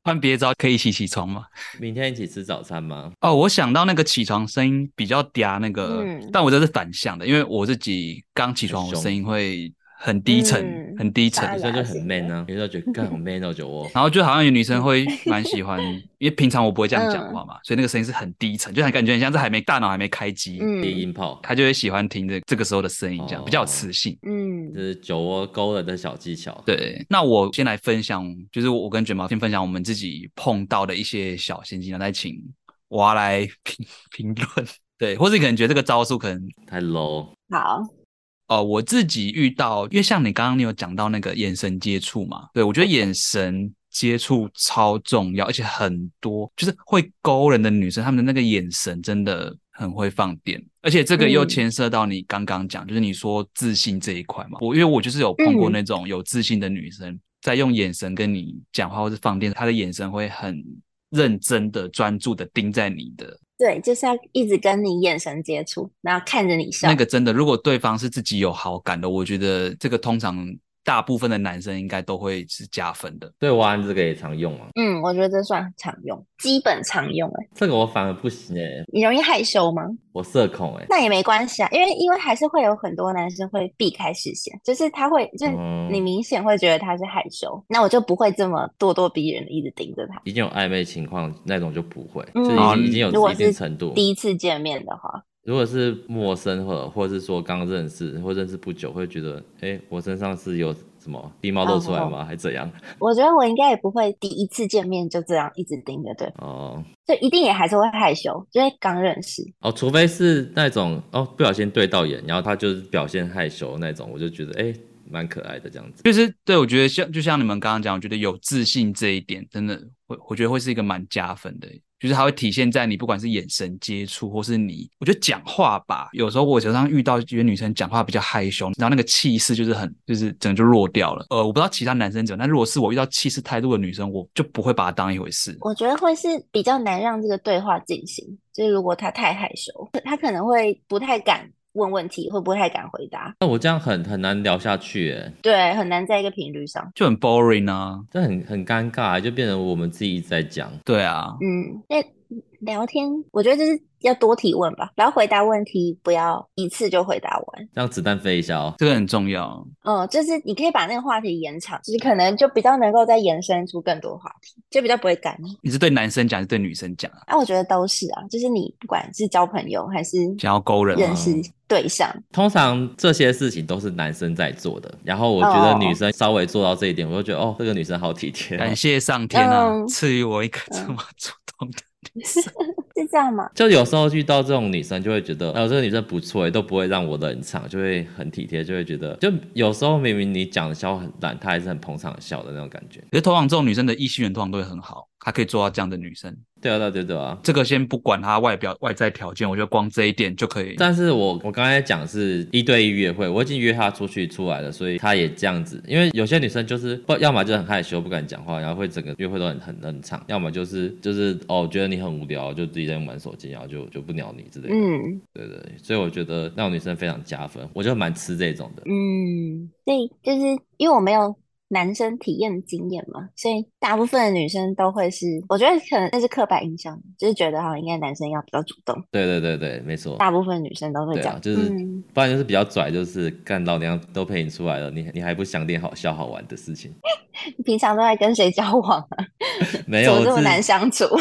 Speaker 2: 换别招，可以一起起床吗？
Speaker 3: 明天一起吃早餐吗？
Speaker 2: 哦，我想到那个起床声音比较嗲，那个，
Speaker 1: 嗯
Speaker 2: 但我这是反向的，因为我自己刚起床，
Speaker 3: 很
Speaker 2: 我
Speaker 3: 凶
Speaker 2: 声音会很低沉，
Speaker 1: 嗯
Speaker 2: 很低沉
Speaker 1: 沙。
Speaker 3: 女
Speaker 1: 哑
Speaker 3: 生就很
Speaker 1: 型
Speaker 3: man 啊，女生就觉得干我 man 哦，酒窝。
Speaker 2: 然后就好像有女生会蛮 喜欢，因为平常我不会这样讲
Speaker 1: 嗯
Speaker 2: 话嘛，所以那个声音是很低沉，就很感觉很像是还没大脑还没开机，
Speaker 3: 低
Speaker 1: 嗯
Speaker 3: 音炮，
Speaker 2: 她就会喜欢听这这个时候的声音，这样、比较有磁性。
Speaker 1: 嗯
Speaker 3: 这是酒窝勾人的小技巧。，
Speaker 2: 对，那我先来分享，就是我跟卷毛先分享我们自己碰到的一些小心机，然后再请娃来评评论。对，或是你可能觉得这个招数可能
Speaker 3: 太 low。
Speaker 1: 好，
Speaker 2: 哦，我自己遇到，因为像你刚刚你有讲到那个眼神接触嘛，对我觉得眼神接触超重要，而且很多就是会勾人的女生，她们的那个眼神真的很会放电，而且这个又
Speaker 1: 嗯
Speaker 2: 牵涉到你刚刚讲，就是你说自信这一块嘛，我因为我就是有碰过
Speaker 1: 嗯
Speaker 2: 那种有自信的女生，在用眼神跟你讲话或是放电，她的眼神会很认真的、专注的盯在你的
Speaker 1: 对，就是要一直跟你眼神接触，然后看着你笑，
Speaker 2: 那个真的，如果对方是自己有好感的，我觉得这个通常大部分的男生应该都会是加分的。
Speaker 3: 对，我按这个也常用啊，
Speaker 1: 嗯，我觉得这算常用，基本常用、欸。
Speaker 3: 这个我反而不行哎、
Speaker 1: 你容易害羞吗？
Speaker 3: 我社恐哎、
Speaker 1: 那也没关系啊，因为因为还是会有很多男生会避开视线，就是他会，就是
Speaker 3: 嗯
Speaker 1: 你明显会觉得他是害羞，那我就不会这么咄咄逼人的一直盯着他。
Speaker 3: 已经有暧昧情况那种就不会，
Speaker 1: 嗯
Speaker 3: 就是已经已经
Speaker 1: 如
Speaker 3: 有
Speaker 1: 果
Speaker 3: 一定
Speaker 1: 是
Speaker 3: 程度。
Speaker 1: 第一次见面的话，
Speaker 3: 哦如果是陌生或或是说刚认识或认识不久，会觉得哎、我身上是有什么地猫露出来吗？还怎样？
Speaker 1: 我觉得我应该也不会第一次见面就这样一直盯着对方，
Speaker 3: 哦
Speaker 1: 就一定也还是会害羞，因为刚认识。
Speaker 3: 哦，除非是那种哦不小心对到眼，然后他就是表现害羞那种，我就觉得哎、蛮可爱的这样子。
Speaker 2: 就是对我觉得像就像你们刚刚讲，我觉得有自信这一点真的会，我觉得会是一个蛮加分的。就是它会体现在你不管是眼神接触，或是你，我觉得讲话吧，有时候我常常遇到有些女生讲话比较害羞，然后那个气势就是很，就是整个就弱掉了。呃，我不知道其他男生怎么样，但如果是我遇到气势太弱的女生，我就不会把她当一回事。
Speaker 1: 我觉得会是比较难让这个对话进行，就是如果他太害羞，他可能会不太敢问问题，会不太敢回答，
Speaker 3: 那我这样很很难聊下去哎、
Speaker 1: 对，很难在一个频率上。
Speaker 2: 就很 boring 啊，
Speaker 3: 这很很尴尬，啊就变成我们自己一直在讲。
Speaker 2: 对啊，
Speaker 1: 嗯，那聊天，我觉得就是要多提问吧，然后回答问题不要一次就回答完。
Speaker 3: 让子弹飞一下哦。
Speaker 2: 这个很重要。
Speaker 1: 嗯，就是你可以把那个话题延长，就是可能就比较能够再延伸出更多话题，就比较不会干。
Speaker 2: 你是对男生讲，还是对女生讲啊？
Speaker 1: 啊，我觉得都是啊，就是你不管是交朋友还是
Speaker 2: 想要勾人啊
Speaker 1: 认
Speaker 2: 吗？
Speaker 1: 识对象，
Speaker 3: 通常这些事情都是男生在做的，然后我觉得
Speaker 1: 哦
Speaker 3: 女生稍微做到这一点，我就觉得哦，这个女生好体贴哦、
Speaker 2: 感谢上天啊，
Speaker 1: 嗯
Speaker 2: 赐予我一个这么 主动的女生。
Speaker 1: 是这样吗？
Speaker 3: 就有时候遇到这种女生，就会觉得，哦、这个女生不错耶，都不会让我冷场，就会很体贴，就会觉得，就有时候明明你讲的笑话很烂，她还是很捧场地笑的那种感觉。
Speaker 2: 可是通常这种女生的异性缘通常都会很好，他可以做到这样的女生。
Speaker 3: 对啊，对啊对啊对啊。
Speaker 2: 这个先不管他外表外在条件，我觉得光这一点就可以。
Speaker 3: 但是我我刚才讲是一对一约会，我已经约她出去出来了，所以她也这样子。因为有些女生就是不，要么就是很害羞不敢讲话，然后会整个约会都很很冷场；要么就是就是哦觉得你很无聊，就自己在那边玩手机，然后就就不鸟你之类的。
Speaker 1: 嗯
Speaker 3: 对对，对所以我觉得那种女生非常加分，我就蛮吃这种的。
Speaker 1: 嗯，所以就是因为我没有男生体验经验嘛，所以大部分的女生都会是，我觉得可能那是刻板印象，就是觉得好像应该男生要比较主动，
Speaker 3: 对对对对，没错。
Speaker 1: 大部分女生都会
Speaker 3: 对
Speaker 1: 这
Speaker 3: 啊
Speaker 1: 样，，
Speaker 3: 就是
Speaker 1: 嗯，
Speaker 3: 不然就是比较拽，就是干老娘都陪你出来了，你你还不想点好笑好玩的事情？
Speaker 1: 平常都在跟谁交往啊？
Speaker 3: 没
Speaker 1: 怎
Speaker 3: 有，
Speaker 1: 么这
Speaker 3: 我
Speaker 1: 么
Speaker 3: 是
Speaker 1: 难相处？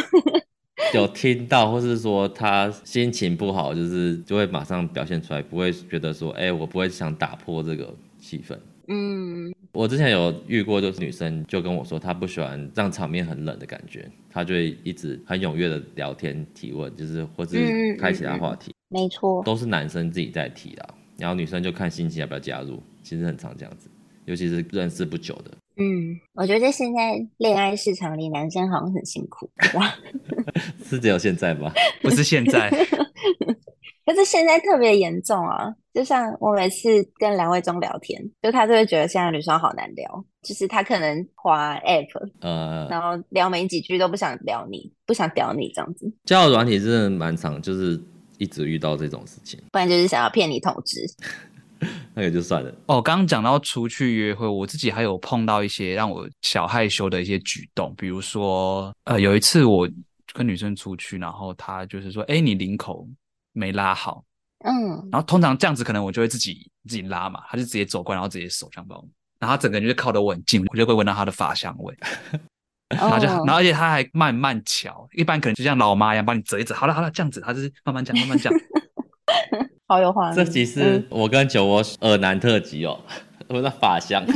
Speaker 3: 有听到，或是说他心情不好，就是就会马上表现出来，不会觉得说，哎、我不会想打破这个气氛。
Speaker 1: 嗯，
Speaker 3: 我之前有遇过，就是女生就跟我说，她不喜欢让场面很冷的感觉，她就会一直很踊跃的聊天提问，就是或
Speaker 1: 嗯
Speaker 3: 是
Speaker 1: 嗯
Speaker 3: 开其他
Speaker 1: 嗯
Speaker 3: 话题，
Speaker 1: 没错，
Speaker 3: 都是男生自己在提啦，然后女生就看心情要不要加入，其实很常这样子，尤其是认识不久的。
Speaker 1: 嗯，我觉得现在恋爱市场里男生好像很辛苦，对吧？
Speaker 3: 是只有现在吗？
Speaker 2: 不是现在，
Speaker 1: 可是现在特别严重啊！就像我每次跟梁慧忠聊天，就他就会觉得现在女生好难聊，就是他可能滑 app，
Speaker 3: 呃，
Speaker 1: 然后聊没几句都不想聊你，不想屌你这样子，
Speaker 3: 交友软体真的蛮常，就是一直遇到这种事情，
Speaker 1: 不然就是想要骗你统治。
Speaker 3: 那个就算了。
Speaker 2: 哦，刚刚讲到出去约会，我自己还有碰到一些让我小害羞的一些举动，比如说，呃，有一次我跟女生出去，然后她就是说，哎，你领口没拉好，
Speaker 1: 嗯，
Speaker 2: 然后通常这样子可能我就会自己自己拉嘛，她就直接走过来，然后直接手这样帮我，然后她整个人就靠得我很近，我就会闻到她的发香味，然后就，
Speaker 1: 哦
Speaker 2: 然后而且她还慢慢瞧，一般可能就像老妈一样帮你折一折，好了好了，这样子，她就是慢慢讲慢慢讲，
Speaker 1: 好有画
Speaker 3: 这
Speaker 1: 面。
Speaker 3: 集是
Speaker 1: 嗯
Speaker 3: 我跟酒窝耳男特辑哦， 我的发 香。
Speaker 2: 哎、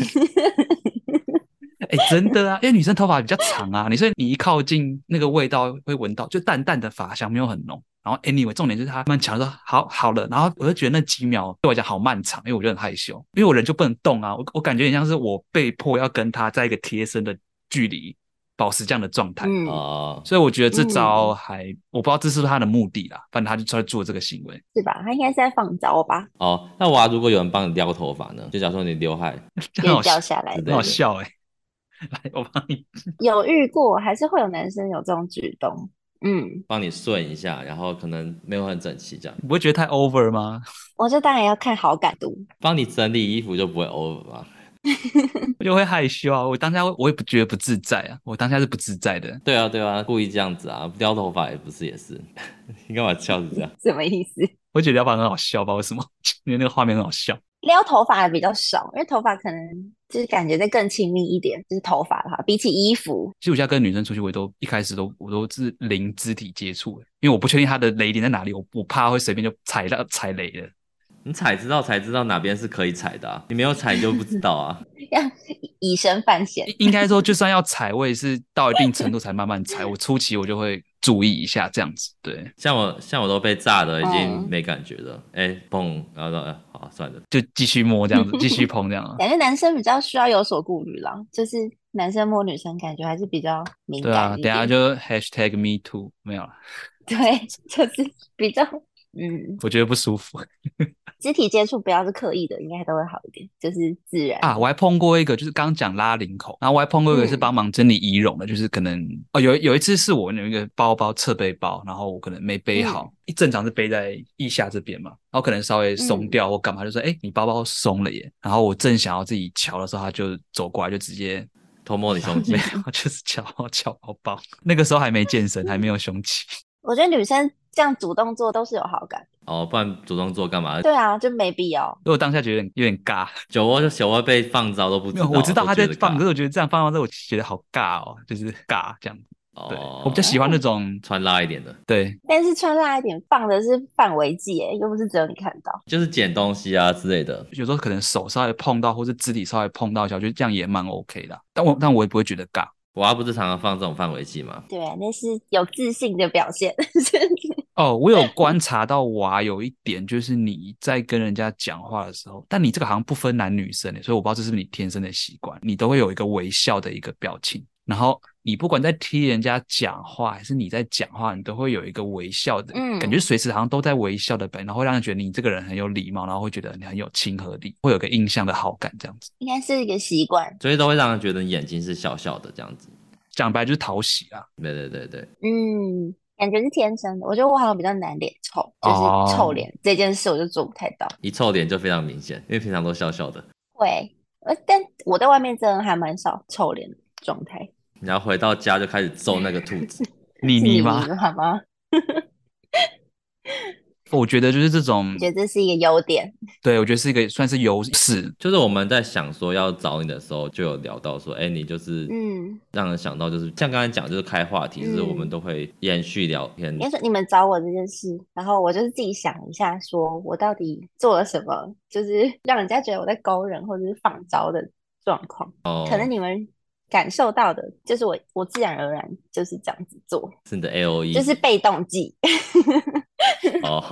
Speaker 2: 真的啊，因为女生头发比较长啊，你所以你一靠近那个味道会闻到，就淡淡的发香，没有很浓。然后 anyway，重点就是她慢慢强说好好了，然后我就觉得那几秒对我来讲好漫长，因为我就很害羞，因为我人就不能动啊，我我感觉很像是我被迫要跟她在一个贴身的距离，保持这样的状态。
Speaker 1: 嗯，
Speaker 3: 哦，
Speaker 2: 所以我觉得这招还、我不知道这是不是他的目的啦，反正他就在做这个行为，
Speaker 1: 是吧？他应该是在放招吧，
Speaker 3: 哦，那娃如果有人帮你撩头发呢？就假如说你刘海，
Speaker 2: 很
Speaker 1: 又
Speaker 2: 好
Speaker 1: 掉
Speaker 2: 笑，
Speaker 1: 下来
Speaker 3: 是
Speaker 2: 很
Speaker 3: 的
Speaker 2: 好笑哎、 来，我帮你，
Speaker 1: 有遇过，还是会有男生有这种举动。嗯，
Speaker 3: 帮你顺一下，然后可能没有很整齐，这样
Speaker 2: 你不会觉得太 over 吗？
Speaker 1: 我这当然要看好感度。
Speaker 3: 帮你整理衣服就不会 over 吧？
Speaker 2: 我就会害羞啊，我当下会我也不觉得不自在啊，我当下是不自在的，
Speaker 3: 对啊，对啊，故意这样子啊，撩头发也不是也是， 你干嘛笑成这样？
Speaker 1: 什么意思？
Speaker 2: 我觉得聊法很好笑吧？为什么？ 因为那个画面很好笑。
Speaker 1: 撩头发的比较少，因为头发可能就是感觉再更亲密一点，就是头发的话，比起衣服，
Speaker 2: 其实我现在跟女生出去，我也都一开始都我都是零肢体接触的，因为我不确定她的雷点在哪里，我我怕会随便就踩到踩雷了。
Speaker 3: 你踩知道才知道哪边是可以踩的、啊，你没有踩你就不知道啊。
Speaker 1: 要以以身犯险。
Speaker 2: 应应该说，就算要踩，我也是到一定程度才慢慢踩。我初期我就会注意一下这样子，对，
Speaker 3: 像我像我都被炸的，已经
Speaker 1: 嗯
Speaker 3: 没感觉了。哎、砰，然后说、哎好算了，
Speaker 2: 就继续摸这样子，继续碰这 样啊。
Speaker 1: 感觉男生比较需要有所顾虑啦，就是男生摸女生感觉还是比较敏
Speaker 2: 对
Speaker 1: 感
Speaker 2: 啊，等
Speaker 1: 一
Speaker 2: 一下
Speaker 1: 点。
Speaker 2: 就 hashtag me too 没有了，
Speaker 1: 对， 就是比较嗯，
Speaker 2: 我觉得不舒服。
Speaker 1: 肢体接触不要是刻意的，应该都会好一点，就是自然。
Speaker 2: 啊，我还碰过一个，就是刚刚讲拉领口，然后我还碰过一个是
Speaker 1: 嗯
Speaker 2: 帮忙整理仪容的，就是可能哦，有有一次是我有一个包包侧背包，然后我可能没
Speaker 3: 嗯
Speaker 2: 背好，一正常是背在腋下这边嘛，然后可能稍微松
Speaker 3: 嗯
Speaker 2: 掉或干嘛，就说哎、你包包松了耶，然后我正想要自己瞧的时候，他就走过来就直接
Speaker 3: 偷摸你胸肌
Speaker 2: 没。有， 就是瞧瞧包包，那个时候还没健身，还没有胸肌，
Speaker 1: 我觉得女生这样主动做都是有好感。
Speaker 3: 哦，不然主动做干嘛？
Speaker 1: 对啊，就没必要。
Speaker 2: 所以我当下觉得有点有点尬，
Speaker 3: 酒窝就酒窝被放招都不知
Speaker 2: 没
Speaker 3: 道，
Speaker 2: 有，我知道他在
Speaker 3: 都觉得
Speaker 2: 放，可
Speaker 3: 尬
Speaker 2: 是我觉得这样放到这，我觉得好尬哦，就是尬这样子，对，
Speaker 3: 哦，
Speaker 2: 我比较喜欢那种。
Speaker 3: 穿辣一点的，
Speaker 2: 对，
Speaker 1: 但是穿辣一点，放的是范围计耶，又不是只有你看到。
Speaker 3: 就是捡东西啊之类的。
Speaker 2: 有时候可能手稍微碰到，或是肢体稍微碰到一下，我觉得这样也蛮 OK 的啊。但我但我也不会觉得尬。
Speaker 3: 我还不是常常放这种范围器吗？
Speaker 1: 对，啊那是有自信的表现。 是
Speaker 2: 哦，我有观察到娃有一点，就是你在跟人家讲话的时候，但你这个好像不分男女生欸所以我不知道这是不是你天生的习惯，你都会有一个微笑的一个表情，然后你不管在听人家讲话，还是你在讲话，你都会有一个微笑的、
Speaker 1: 嗯
Speaker 2: 感觉，随时好像都在微笑的本，然后会让人觉得你这个人很有礼貌，然后会觉得你很有亲和力，会有个印象的好感这样子。
Speaker 1: 应该是一个习惯。
Speaker 3: 所以都会让人觉得你眼睛是小小的这样子。
Speaker 2: 讲白就是讨喜啊，
Speaker 3: 对对对对，
Speaker 1: 嗯，感觉是天生的。我觉得我好像比较难脸臭，就是
Speaker 2: 哦
Speaker 1: 臭脸这件事我就做不太到。
Speaker 3: 一臭脸就非常明显，因为平常都笑笑的。
Speaker 1: 会，呃，但我在外面真的还蛮少臭脸的状态。
Speaker 3: 然后回到家就开始揍那个兔 子，
Speaker 2: 你
Speaker 1: 是
Speaker 2: 你吗？
Speaker 1: 好吗？
Speaker 2: 我觉得就是这种
Speaker 1: 我，觉得这是一个优点。
Speaker 2: 对我觉得是一个算是优势，
Speaker 3: 就是我们在想说要找你的时候，就有聊到说，哎，你就是
Speaker 1: 嗯，
Speaker 3: 让人想到就是像刚才讲，就是开话题，就是我们
Speaker 1: 嗯
Speaker 3: 都会延续聊天
Speaker 1: 应。该说你们找我这件事，然后我就是自己想一下，说我到底做了什么，就是 让人家觉得我在勾人或者是放招的状况。
Speaker 3: 哦，
Speaker 1: 可能你们感受到的，就是我我自然而然就是这样子做，
Speaker 3: 是你的 A O E，
Speaker 1: 就是被动技，
Speaker 3: 哦，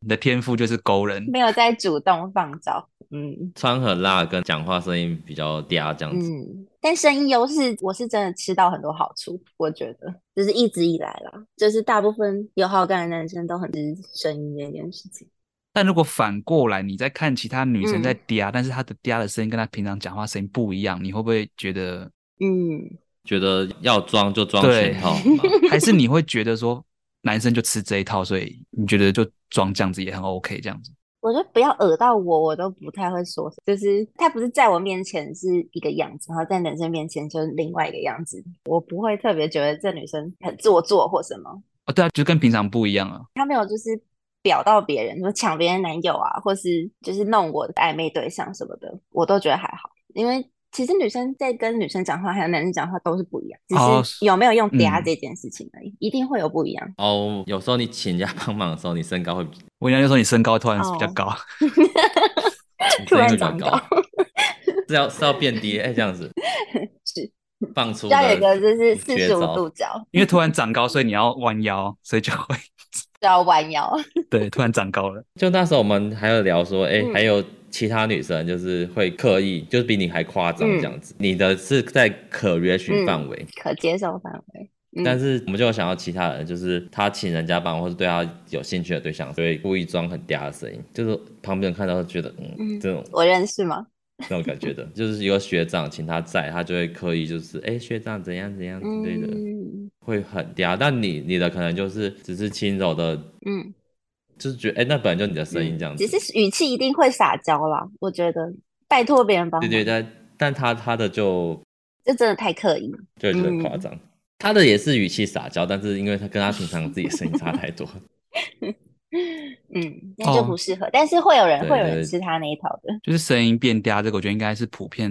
Speaker 2: 你的天赋就是勾人。
Speaker 1: 没有在主动放招。嗯
Speaker 3: 穿很辣跟讲话声音比较嗲这样子。
Speaker 1: 嗯，但声音优势我是真的吃到很多好处，我觉得就是一直以来啦，就是大部分有好感的男生都很吃声音这件事情。
Speaker 2: 但如果反过来，你在看其他女生在
Speaker 1: 嗯
Speaker 2: 嗲，但是她的嗲的声音跟她平常讲话声音不一样，你会不会觉得，
Speaker 1: 嗯，
Speaker 3: 觉得要装就装
Speaker 2: 对
Speaker 3: 全套嘛，
Speaker 2: 还是你会觉得说男生就吃这一套，所以你觉得就装这样子也很 OK 这样子？
Speaker 1: 我觉得不要恶到我，我都不太会说什么，就是他不是在我面前是一个样子，然后在男生面前就是另外一个样子，我不会特别觉得这女生很做作或什么。
Speaker 2: 哦，对啊，就跟平常不一样啊。
Speaker 1: 他没有就是表到别人，说抢别人男友啊，或是就是弄我的暧昧对象什么的，我都觉得还好，因为其实女生在跟女生讲话，还有男生讲话都是不一样，只
Speaker 2: 哦
Speaker 1: 是有没有用
Speaker 2: 嗯
Speaker 1: 嗲这件事情而已，一定会有不一样。
Speaker 3: 哦，有时候你请人家帮忙的时候，你身高会比
Speaker 2: 我人家就说你身高突然比较
Speaker 1: 哦
Speaker 2: 高，
Speaker 3: 你
Speaker 1: 突
Speaker 3: 声音
Speaker 1: 然
Speaker 3: 会比较
Speaker 1: 长
Speaker 3: 高， 是要是要变 低哎、这样子
Speaker 1: 是
Speaker 3: 放出
Speaker 1: 要有
Speaker 3: 的
Speaker 1: 一个就是四
Speaker 3: 绝
Speaker 1: 十五
Speaker 3: 招
Speaker 1: 度角，
Speaker 2: 因为突然长高，所以你要弯腰，所以就会
Speaker 1: 就要弯腰。
Speaker 2: 对突然长高了。
Speaker 3: 就那时候我们还有聊说，哎、
Speaker 1: 嗯
Speaker 3: 还有其他女生就是会刻意，就是比你还夸张
Speaker 1: 嗯
Speaker 3: 这样子。你的是在可约许范围，
Speaker 1: 可接受范围。嗯
Speaker 3: 但是我们就有想到其他人，就是他请人家帮，或是对他有兴趣的对象，所以故意装很嗲的声音，就是旁边人看到就觉得，嗯，
Speaker 1: 嗯
Speaker 3: 这种
Speaker 1: 我认识吗？
Speaker 3: 这种感 觉的，就是有学长请他在，他就会刻意就是，哎、学长怎样怎样之类的，
Speaker 1: 嗯
Speaker 3: 会很嗲。但你你的可能就是只是轻柔的，
Speaker 1: 嗯，
Speaker 3: 就是觉得，哎、那本来就你的声音这样子，
Speaker 1: 只是语气一定会撒娇啦。我觉得拜托别人帮
Speaker 3: 对
Speaker 1: 忙，
Speaker 3: 对，但但他他的就
Speaker 1: 这真的太刻意了。
Speaker 3: 就觉得夸张。
Speaker 1: 嗯
Speaker 3: 他的也是语气撒娇，但是因为他跟他平常自己声音差太 多，
Speaker 1: 嗯，那就
Speaker 2: 哦
Speaker 1: 不适合。但是会有人
Speaker 3: 对
Speaker 1: 会有
Speaker 3: 对
Speaker 1: 人吃他那一套的。
Speaker 2: 就是声音变嗲这个，我觉得应该是普遍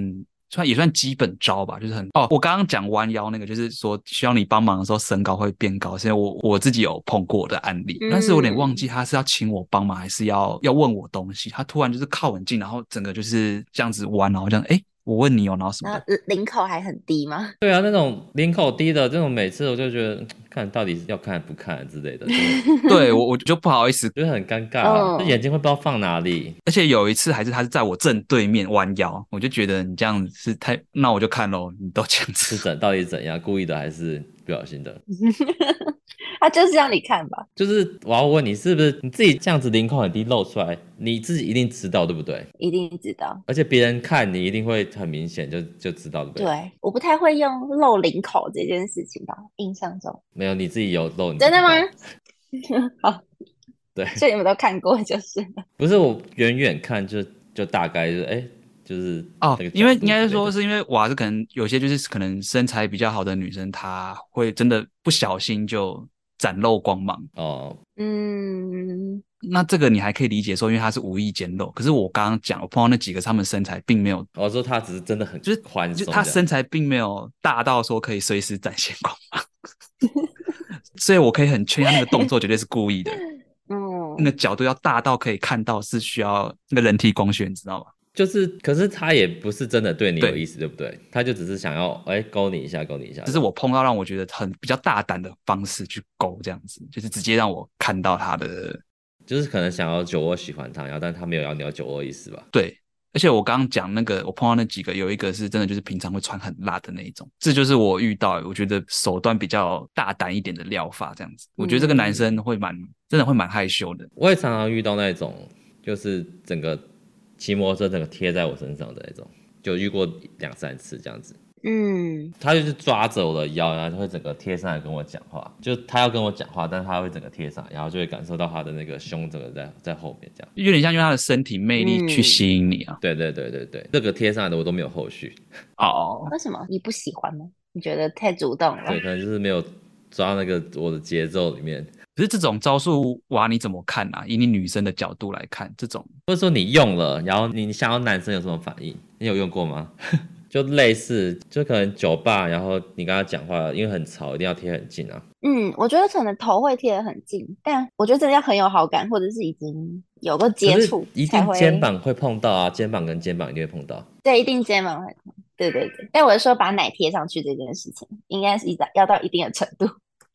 Speaker 2: 算也算基本招吧，就是很哦。我刚刚讲弯腰那个，就是说需要你帮忙的时候，身高会变高。现在我我自己有碰过的案例，
Speaker 1: 嗯
Speaker 2: 但是我有点忘记他是要请我帮忙，还是要要问我东西。他突然就是靠很近，然后整个就是这样子弯，然后这样哎、诶我问你哦，然后什么
Speaker 1: 然后
Speaker 2: 的。
Speaker 1: 呃领口还很低吗？
Speaker 3: 对啊，那种领口低的这种，每次我就觉得嗯看到底是要看不看之类的，就
Speaker 2: 对我我就不好意思，
Speaker 3: 觉得很尴尬、啊，
Speaker 1: 嗯
Speaker 3: 就眼睛会不知道放哪里。
Speaker 2: 而且有一次还是他是在我正对面弯腰，我就觉得你这样子是太，那我就看喽，你都这样
Speaker 3: 是
Speaker 2: 子，
Speaker 3: 怎到底是怎样，故意的还是不小心的？
Speaker 1: 他啊就是让你看吧。
Speaker 3: 就是我要问你，是不是你自己这样子领口很低露出来，你自己一定知道对不对？
Speaker 1: 一定知道。
Speaker 3: 而且别人看你一定会很明显就就知道对不对？
Speaker 1: 对，我不太会用露领口这件事情吧，印象中
Speaker 3: 没有你自己有露，你
Speaker 1: 真的
Speaker 3: 不知
Speaker 1: 吗
Speaker 3: 道？
Speaker 1: 好，
Speaker 3: 嗯 对，
Speaker 1: 所以你们都看过就是了。
Speaker 3: 不是我远远看就就大概就是哎、就是
Speaker 2: 哦
Speaker 3: 那个，角
Speaker 2: 因为
Speaker 3: 度
Speaker 2: 应该是
Speaker 3: 之类
Speaker 2: 说
Speaker 3: 的
Speaker 2: 是因为娃是可能有些就是可能身材比较好的女生，她会真的不小心就展露光芒。
Speaker 3: 哦，
Speaker 1: 嗯，
Speaker 2: 那这个你还可以理解说，因为她是无意间露。可是我刚刚讲，我碰到那几个，她们身材并没有，
Speaker 3: 我说他只是真的很
Speaker 2: 就是
Speaker 3: 宽
Speaker 2: 就
Speaker 3: 松这
Speaker 2: 她
Speaker 3: 样，
Speaker 2: 身材并没有大到说可以随时展现光芒， 所以我可以很确定她那个动作绝对是故意的，
Speaker 1: 嗯，
Speaker 2: 那个角度要大到可以看到是需要那个人体工学，你知道吗？
Speaker 3: 就是可是他也不是真的对你有
Speaker 2: 对
Speaker 3: 意思，对不对？他就只是想要哎、勾你一下，勾你一下，
Speaker 2: 这是我碰到让我觉得很比较大胆的方式去勾，这样子就是直接让我看到她的
Speaker 3: 就是可能想要酒窝喜欢他，然后但他没有要你要酒窝意思吧？
Speaker 2: 对，而且我刚刚讲那个，我碰到那几个，有一个是真的就是平常会穿很辣的那一种，这就是我遇到我觉得手段比较大胆一点的撩法，这样子，我觉得这个男生会蛮真的会蛮害羞的。
Speaker 3: 我也常常遇到那种，就是整个骑摩托车整个贴在我身上的那种，就遇过两三次这样子。
Speaker 1: 嗯，
Speaker 3: 他就是抓着我的腰，然后就会整个贴上来跟我讲话，就他要跟我讲话，但是他会整个贴上来，然后就会感受到他的那个胸整个在在后面这样。
Speaker 2: 有点像用他的身体魅力去
Speaker 1: 嗯
Speaker 2: 吸引你啊！
Speaker 3: 对对对对对，这个贴上来的我都没有后续，
Speaker 2: 哦，
Speaker 1: 为什么你不喜欢吗？你觉得太主动了
Speaker 3: 对，？可能就是没有抓那个我的节奏里面，
Speaker 2: 可是这种招数哇，你怎么看啊？以你女生的角度来看，这种
Speaker 3: 或者说你用了，然后你你想要男生有什么反应？你有用过吗？ 就类似，就可能酒吧，然后你跟他讲话，因为很吵，一定要贴很近啊。
Speaker 1: 嗯，我觉得可能头会贴得很近，但我觉得真的要很有好感，或者是已经有过
Speaker 3: 可
Speaker 1: 接
Speaker 3: 是
Speaker 1: 触
Speaker 3: 一
Speaker 1: 才
Speaker 3: 定
Speaker 1: 会
Speaker 3: 肩膀会碰到啊，肩膀跟肩膀一定会碰到。
Speaker 1: 对，一定肩膀会痛。对对对，但我是说把奶贴上去这件事情，应该是一到要到一定的程度。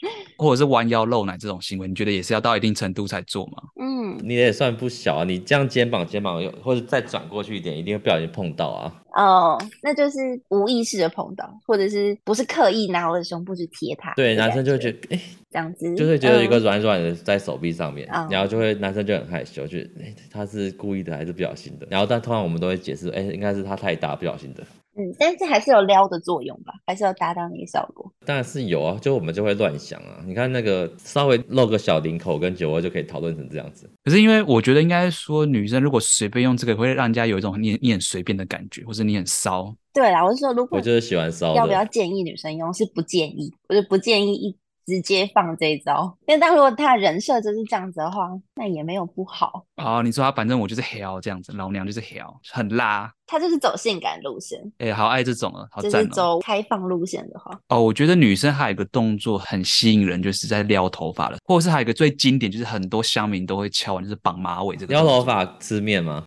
Speaker 2: 或者是弯腰露奶这种行为，你觉得也是要到一定程度才做吗？
Speaker 1: 嗯，
Speaker 3: 你也算不小啊，你这样肩膀肩膀又或者再转过去一点，一定会不小心碰到啊。
Speaker 1: 哦，那就是无意识的碰到，或者是不是刻意拿我的胸部去贴它的
Speaker 3: 对，
Speaker 1: 感。
Speaker 3: 男生就会觉
Speaker 1: 觉
Speaker 3: 得，哎、
Speaker 1: 这样子，
Speaker 3: 就会觉得有一个
Speaker 1: 嗯
Speaker 3: 软软的在手臂上面，
Speaker 1: 嗯
Speaker 3: 然后就会男生就很害羞，就哎、他是故意的还是不小心的？然后但通常我们都会解释，哎、应该是他太大不小心的。
Speaker 1: 嗯，但是还是有撩的作用吧，还是有达到那个效果。
Speaker 3: 当然是有啊，就我们就会乱想啊。你看那个稍微露个小领口跟酒窝就可以讨论成这样子，
Speaker 2: 可是因为我觉得应该说，女生如果随便用这个，会让人家有一种你你很随便的感觉，或者你很骚。
Speaker 1: 对啦，我是说，如
Speaker 3: 我
Speaker 1: 果
Speaker 3: 就是喜欢骚
Speaker 1: 要不要
Speaker 3: 的。
Speaker 1: 建议女生用，是不建议，我就不建议一直接放这一招。但但如果他人设就是这样子的话，那也没有不好。
Speaker 2: 哦，你说他反正我就是 hell 这样子，老娘就是 hell，很辣，
Speaker 1: 他就是走性感路线，
Speaker 2: 哎、好爱这种啊，好
Speaker 1: 就
Speaker 2: 赞
Speaker 1: 是
Speaker 2: 哦。
Speaker 1: 走开放路线的话，
Speaker 2: 哦，我觉得女生还有一个动作很吸引人，就是在撩头发了，或者是还有一个最经典，就是很多乡民都会敲完，就是绑马尾这个
Speaker 3: 撩
Speaker 2: 动
Speaker 3: 头
Speaker 2: 作
Speaker 3: 发吃面吗？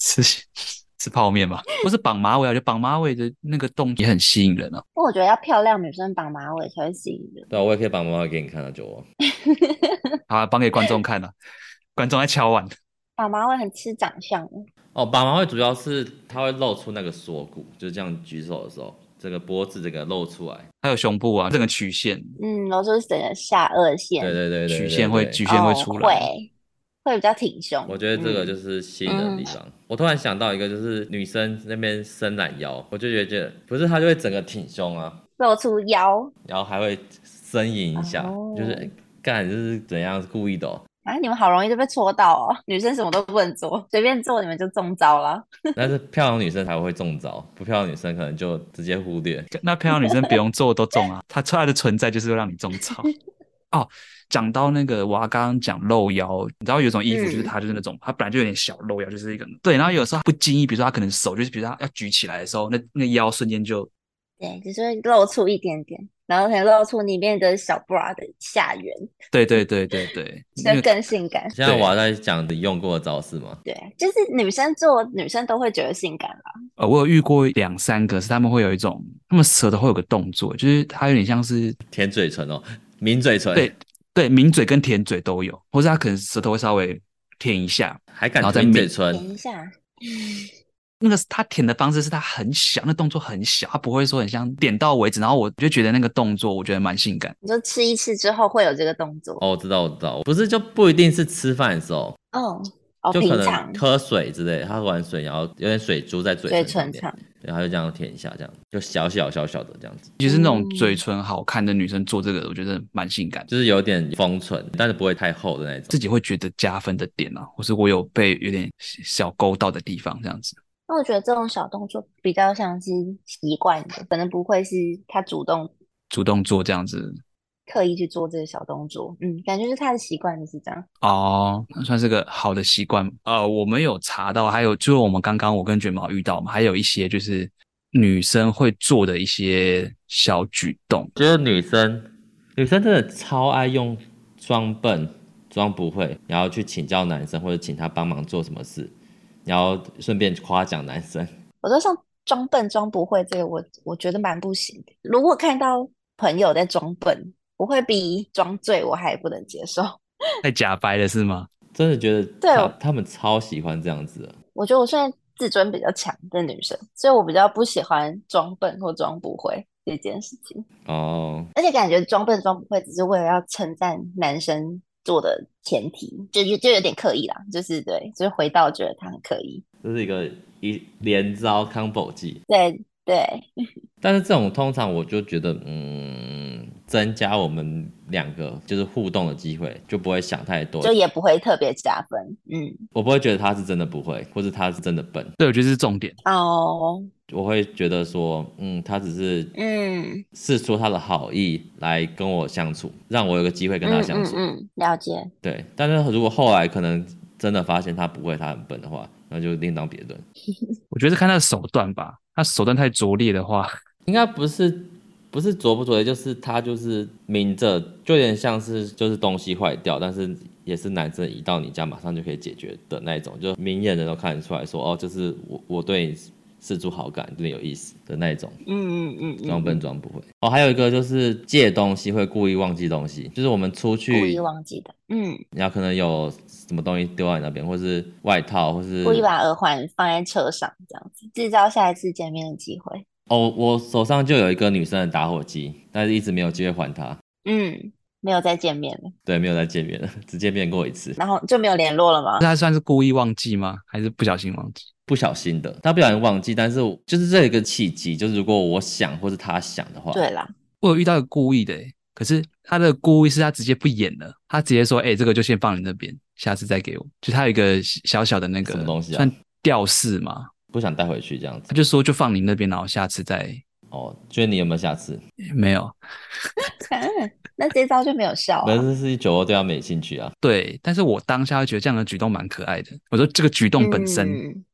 Speaker 2: 吃吃泡面嘛，不是绑马尾啊，就绑马尾的那个动作也很吸引人啊。
Speaker 1: 那我觉得要漂亮女生绑马尾才会吸引人。
Speaker 3: 对啊，我也可以把妈妈给你看啊，酒窝。
Speaker 2: 好啊，绑给观众看了、观众在敲碗。
Speaker 1: 绑马尾很吃长相的，
Speaker 3: 哦，绑马尾主要是它会露出那个锁骨，就是这样举手的时候，这个脖子这个露出来。
Speaker 2: 还有胸部啊，这个曲线，
Speaker 1: 嗯，然后就是整个下颚线，
Speaker 3: 对对对对对
Speaker 2: 曲线会
Speaker 3: 对
Speaker 2: 曲线会
Speaker 1: 哦
Speaker 2: 出来
Speaker 1: 会会比较挺胸。嗯
Speaker 3: 我觉得这个就是是吸引人的地方。我突然想到一个，就是女生那边伸懒腰，我就觉得不是，她就会整个挺胸啊，
Speaker 1: 露出腰
Speaker 3: 然后还会呻吟一下，
Speaker 1: 哦
Speaker 3: 就是哎干就是怎样是故意的、哦。
Speaker 1: 啊！你们好容易就被戳到哦，女生什么都不能做，随便做你们就中招了。
Speaker 3: 但是漂亮女生才会中招，不漂亮女生可能就直接忽略。
Speaker 2: 那漂亮女生不用做都中啊， 她她的存在就是会让你中 招。哦，讲到那个，我刚刚讲露腰，你知道有一种衣服就是
Speaker 1: 嗯
Speaker 2: 它就是那种，它本来就有点小露腰，就是一个对，然后有时候她不经意，比如说她可能手就是，比如说她要举起来的时候，那那腰瞬间就
Speaker 1: 对，就是会露出一点点，然后可能露出里面的小 bra 的下缘，
Speaker 2: 对对对对对，因
Speaker 1: 就
Speaker 2: 为
Speaker 1: 更性感。
Speaker 3: 现在我要在讲你用过的招式吗？
Speaker 1: 对，就是女生做，女生都会觉得性感啦。
Speaker 2: 呃，我有遇过两三个是他们会有一种，他们舌头会有个动作，就是它有点像是
Speaker 3: 舔嘴唇哦，抿嘴唇，
Speaker 2: 对对抿嘴跟舔嘴都有，或者他可能舌头会稍微舔一下，
Speaker 3: 还敢
Speaker 2: 然后再
Speaker 3: 舔嘴
Speaker 1: 等
Speaker 2: 抿
Speaker 3: 唇，
Speaker 1: 一下，
Speaker 2: 那个是他舔的方式是他很小，那动作很小，他不会说很像点到为止。然后我就觉得那个动作，我觉得蛮性感。
Speaker 1: 你说吃一次之后会有这个动作
Speaker 3: 哦，我知道，我知道，不是就不一定是吃饭的时候，
Speaker 1: 哦哦，
Speaker 3: 就
Speaker 1: 平
Speaker 3: 可能
Speaker 1: 常
Speaker 3: 喝水之类，他喝完水，然后有点水珠在嘴
Speaker 1: 对
Speaker 3: 唇
Speaker 1: 唇
Speaker 3: 上面，
Speaker 1: 上，
Speaker 3: 然后就这样舔一下，这样就小小小小的这样子，
Speaker 2: 其实那种
Speaker 1: 嗯
Speaker 2: 嘴唇好看的女生做这个，我觉得蛮性感，就
Speaker 3: 就是有点丰唇，但是不会太厚的那种。
Speaker 2: 自己会觉得加分的点啊，或是我有被有点小勾到的地方，这样子。
Speaker 1: 那我觉得这种小动作比较像是习惯的，可能不会是他主动
Speaker 2: 主动做这样子
Speaker 1: 刻意去做这个小动作，嗯，感觉是他的习惯就是这样。
Speaker 2: 哦，那算是个好的习惯。呃，我们有查到，还有就是我们刚刚我跟卷毛遇到嘛，还有一些就是女生会做的一些小举动。
Speaker 3: 觉得女生，女生真的超爱用装笨、装不会，然后去请教男生或者请他帮忙做什么事，然后顺便夸奖男生。
Speaker 1: 我说像装笨、装不会这个我，我觉得蛮不行的。如果看到朋友在装笨，我会比装醉我还不能接受。
Speaker 2: 太假掰了是吗？
Speaker 3: 真的觉得
Speaker 1: 对
Speaker 3: 他
Speaker 1: 我
Speaker 3: 他们超喜欢这样子的，
Speaker 1: 我觉得我虽然自尊比较强的女生，所以我比较不喜欢装笨或装不会这件事情。
Speaker 3: 哦，
Speaker 1: 而且感觉装笨装不会，只是为了要称赞男生做的前提，就就就有点刻意啦，就是对，就是回到觉得他很刻意，
Speaker 3: 这是一个一连招 combo 技。
Speaker 1: 对对，
Speaker 3: 但是这种通常我就觉得，嗯，增加我们两个就是互动的机会，就不会想太多
Speaker 1: 就。也不会特别加分，嗯，
Speaker 3: 我不会觉得他是真的不会，或是他是真的笨，
Speaker 2: 对，我觉得这是重点。
Speaker 1: 哦，
Speaker 3: 我会觉得说，嗯，他只是
Speaker 1: 嗯，
Speaker 3: 试出他的好意来跟我相处，让我有个机会跟他相处。
Speaker 1: 嗯嗯嗯，了解，
Speaker 3: 对，但是如果后来可能真的发现他不会，他很笨的话，那就另当别论。
Speaker 2: 我觉得是看他的手段吧，他手段太拙劣的话，
Speaker 3: 应该不是不是拙不拙劣，就是他就是明着，就有点像是就是东西坏掉，但是也是男生一到你家马上就可以解决的那一种，就明眼人都看得出来说，哦，就是我我对你示出好感，对你有意思的那一种。
Speaker 1: 嗯嗯嗯嗯，
Speaker 3: 装笨装不会哦，还有一个就是借东西会故意忘记东西，就是我们出
Speaker 1: 故
Speaker 3: 去
Speaker 1: 意，忘记的，嗯，
Speaker 3: 然后可能有什么东西丢在你那边，或是外套，或是
Speaker 1: 故意把耳环放在车上这样子，制造下一次见面的机会，
Speaker 3: 哦，我手上就有一个女生的打火机，但是一直没有机会还她。
Speaker 1: 嗯，没有再见面了，
Speaker 3: 对，没有再见面了， 只见面过一次，
Speaker 1: 然后就没有联络了吗？
Speaker 2: 那他算是故意忘记吗？还是不小心忘记？
Speaker 3: 不小心的，她不小心忘记，但是我就是这有一个契机，就是如果我想或是她想的话，
Speaker 1: 对啦，
Speaker 2: 我有遇到一个故意的、欸，可是他的故意是他直接不演了，他直接说：“哎、这个就先放你那边，下次再给我。”就他有一个小小的那个
Speaker 3: 什么东西啊
Speaker 2: 算吊饰嘛，
Speaker 3: 不想带回去这样子
Speaker 2: 他。就说就放你那边，然后下次再、欸
Speaker 3: 哦，觉得你有没有下次？
Speaker 2: 没有
Speaker 1: 嗯那这招就没有效
Speaker 3: 可
Speaker 1: 啊，
Speaker 3: 是是酒后对她没兴趣啊。
Speaker 2: 对。但是我当下会觉得这样的举动蛮可爱的。我说这个举动本身，
Speaker 1: 嗯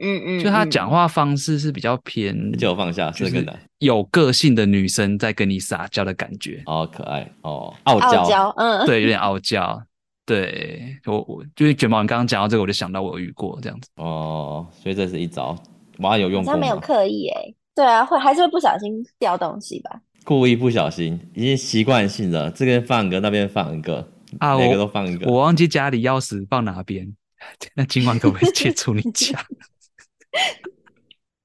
Speaker 1: 嗯嗯，
Speaker 2: 就他
Speaker 1: 嗯
Speaker 2: 讲话方式是比较偏
Speaker 3: 酒放下
Speaker 2: 就是是
Speaker 3: 更难
Speaker 2: 有个性的女生在跟你撒娇的感觉，
Speaker 3: 哦，可爱哦，傲
Speaker 1: 傲
Speaker 3: 娇
Speaker 1: 娇， 嗯，
Speaker 2: 对，有点傲娇。对我，我就是卷毛，你刚刚讲到这个，我就想到我有遇过这样子。
Speaker 3: 哦，所以这是一招，哇，有用
Speaker 1: 好
Speaker 3: 过
Speaker 1: 像没有
Speaker 3: 吗
Speaker 1: 刻意哎、对啊，会还是会不小心掉东西吧？
Speaker 3: 故意不小心，已经习惯性的，这边放一个，那边放一个，
Speaker 2: 啊
Speaker 3: 每个
Speaker 2: 我
Speaker 3: 都放一个。
Speaker 2: 我忘记家里钥匙放哪边， 那今晚可不可以借出你家？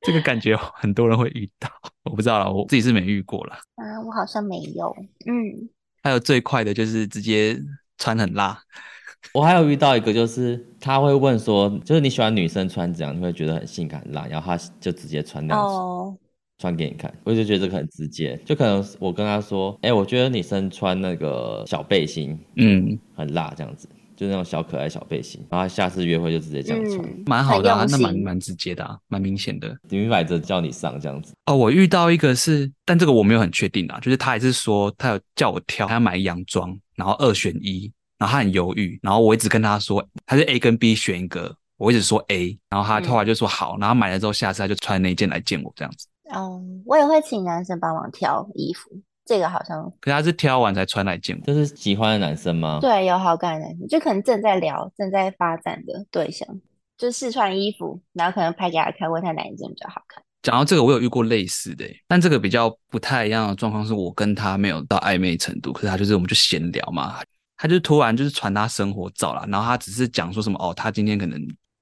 Speaker 2: 这个感觉很多人会遇到，我不知道了，我自己是没遇过了。
Speaker 1: 啊，我好像没有，嗯，
Speaker 2: 还有最快的就是直接穿很辣，
Speaker 3: 我还有遇到一个，就是他会问说，就是你喜欢女生穿怎样，你会觉得很性感很辣，然后他就直接穿那样子、
Speaker 1: 哦，
Speaker 3: 穿给你看，我就觉得这个很直接，就可能我跟他说，哎、我觉得女生穿那个小背心
Speaker 2: 嗯，
Speaker 3: 很辣，这样子，就是那种小可爱小背心，然后他下次约会就直接这样穿，
Speaker 1: 嗯，
Speaker 2: 蛮好的、啊，
Speaker 1: 很
Speaker 2: 那
Speaker 1: 用
Speaker 2: 蛮
Speaker 1: 心
Speaker 2: 蛮直接的、啊，蛮明显的。
Speaker 3: 明摆着叫你上这样子，
Speaker 2: 哦，我遇到一个是，但这个我没有很确定啦，就是他还是说他有叫我挑，他要买洋装，然后二选一，然后他很犹豫，然后我一直跟他说，他是 A 跟 B 选一个，我一直说 A，然后他后来就说好，然后买了之后下次他就穿那一件来见我这样子，
Speaker 1: 哦，我也会请男生帮忙挑衣服，这个好像
Speaker 2: 可是他是挑完才穿来见我，
Speaker 3: 这是喜欢的男生吗？
Speaker 1: 对有好感的男生，就可能正在聊、正在发展的对象，就试穿衣服，然后可能拍给他看，问他哪一件比较好看。
Speaker 2: 讲到这个我有遇过类似的欸、但这个比较不太一样的状况是我跟他没有到暧昧程度，可是他就是我们就闲聊嘛，他就突然就是传他生活照啦，然后他只是讲说什么哦，他今天可能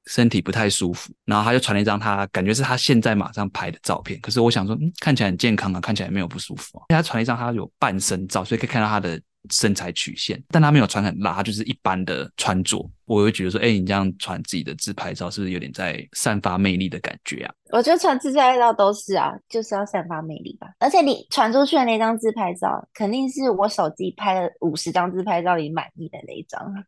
Speaker 2: 身体不太舒服，然后他就传了一张他感觉是他现在马上拍的照片，可是我想说，嗯，看起来很健康啊，看起来没有不舒服、啊。他传了一张他有半身照，所以可以看到他的身材曲线，但他没有穿很辣，他就是一般的穿着。我会觉得说，哎、你这样传自己的自拍照，是不是有点在散发魅力的感觉啊？
Speaker 1: 我觉得传自拍照都是啊，就是要散发魅力吧。而且你传出去的那张自拍照，肯定是我手机拍了五十张自拍照里满意的那一张。啊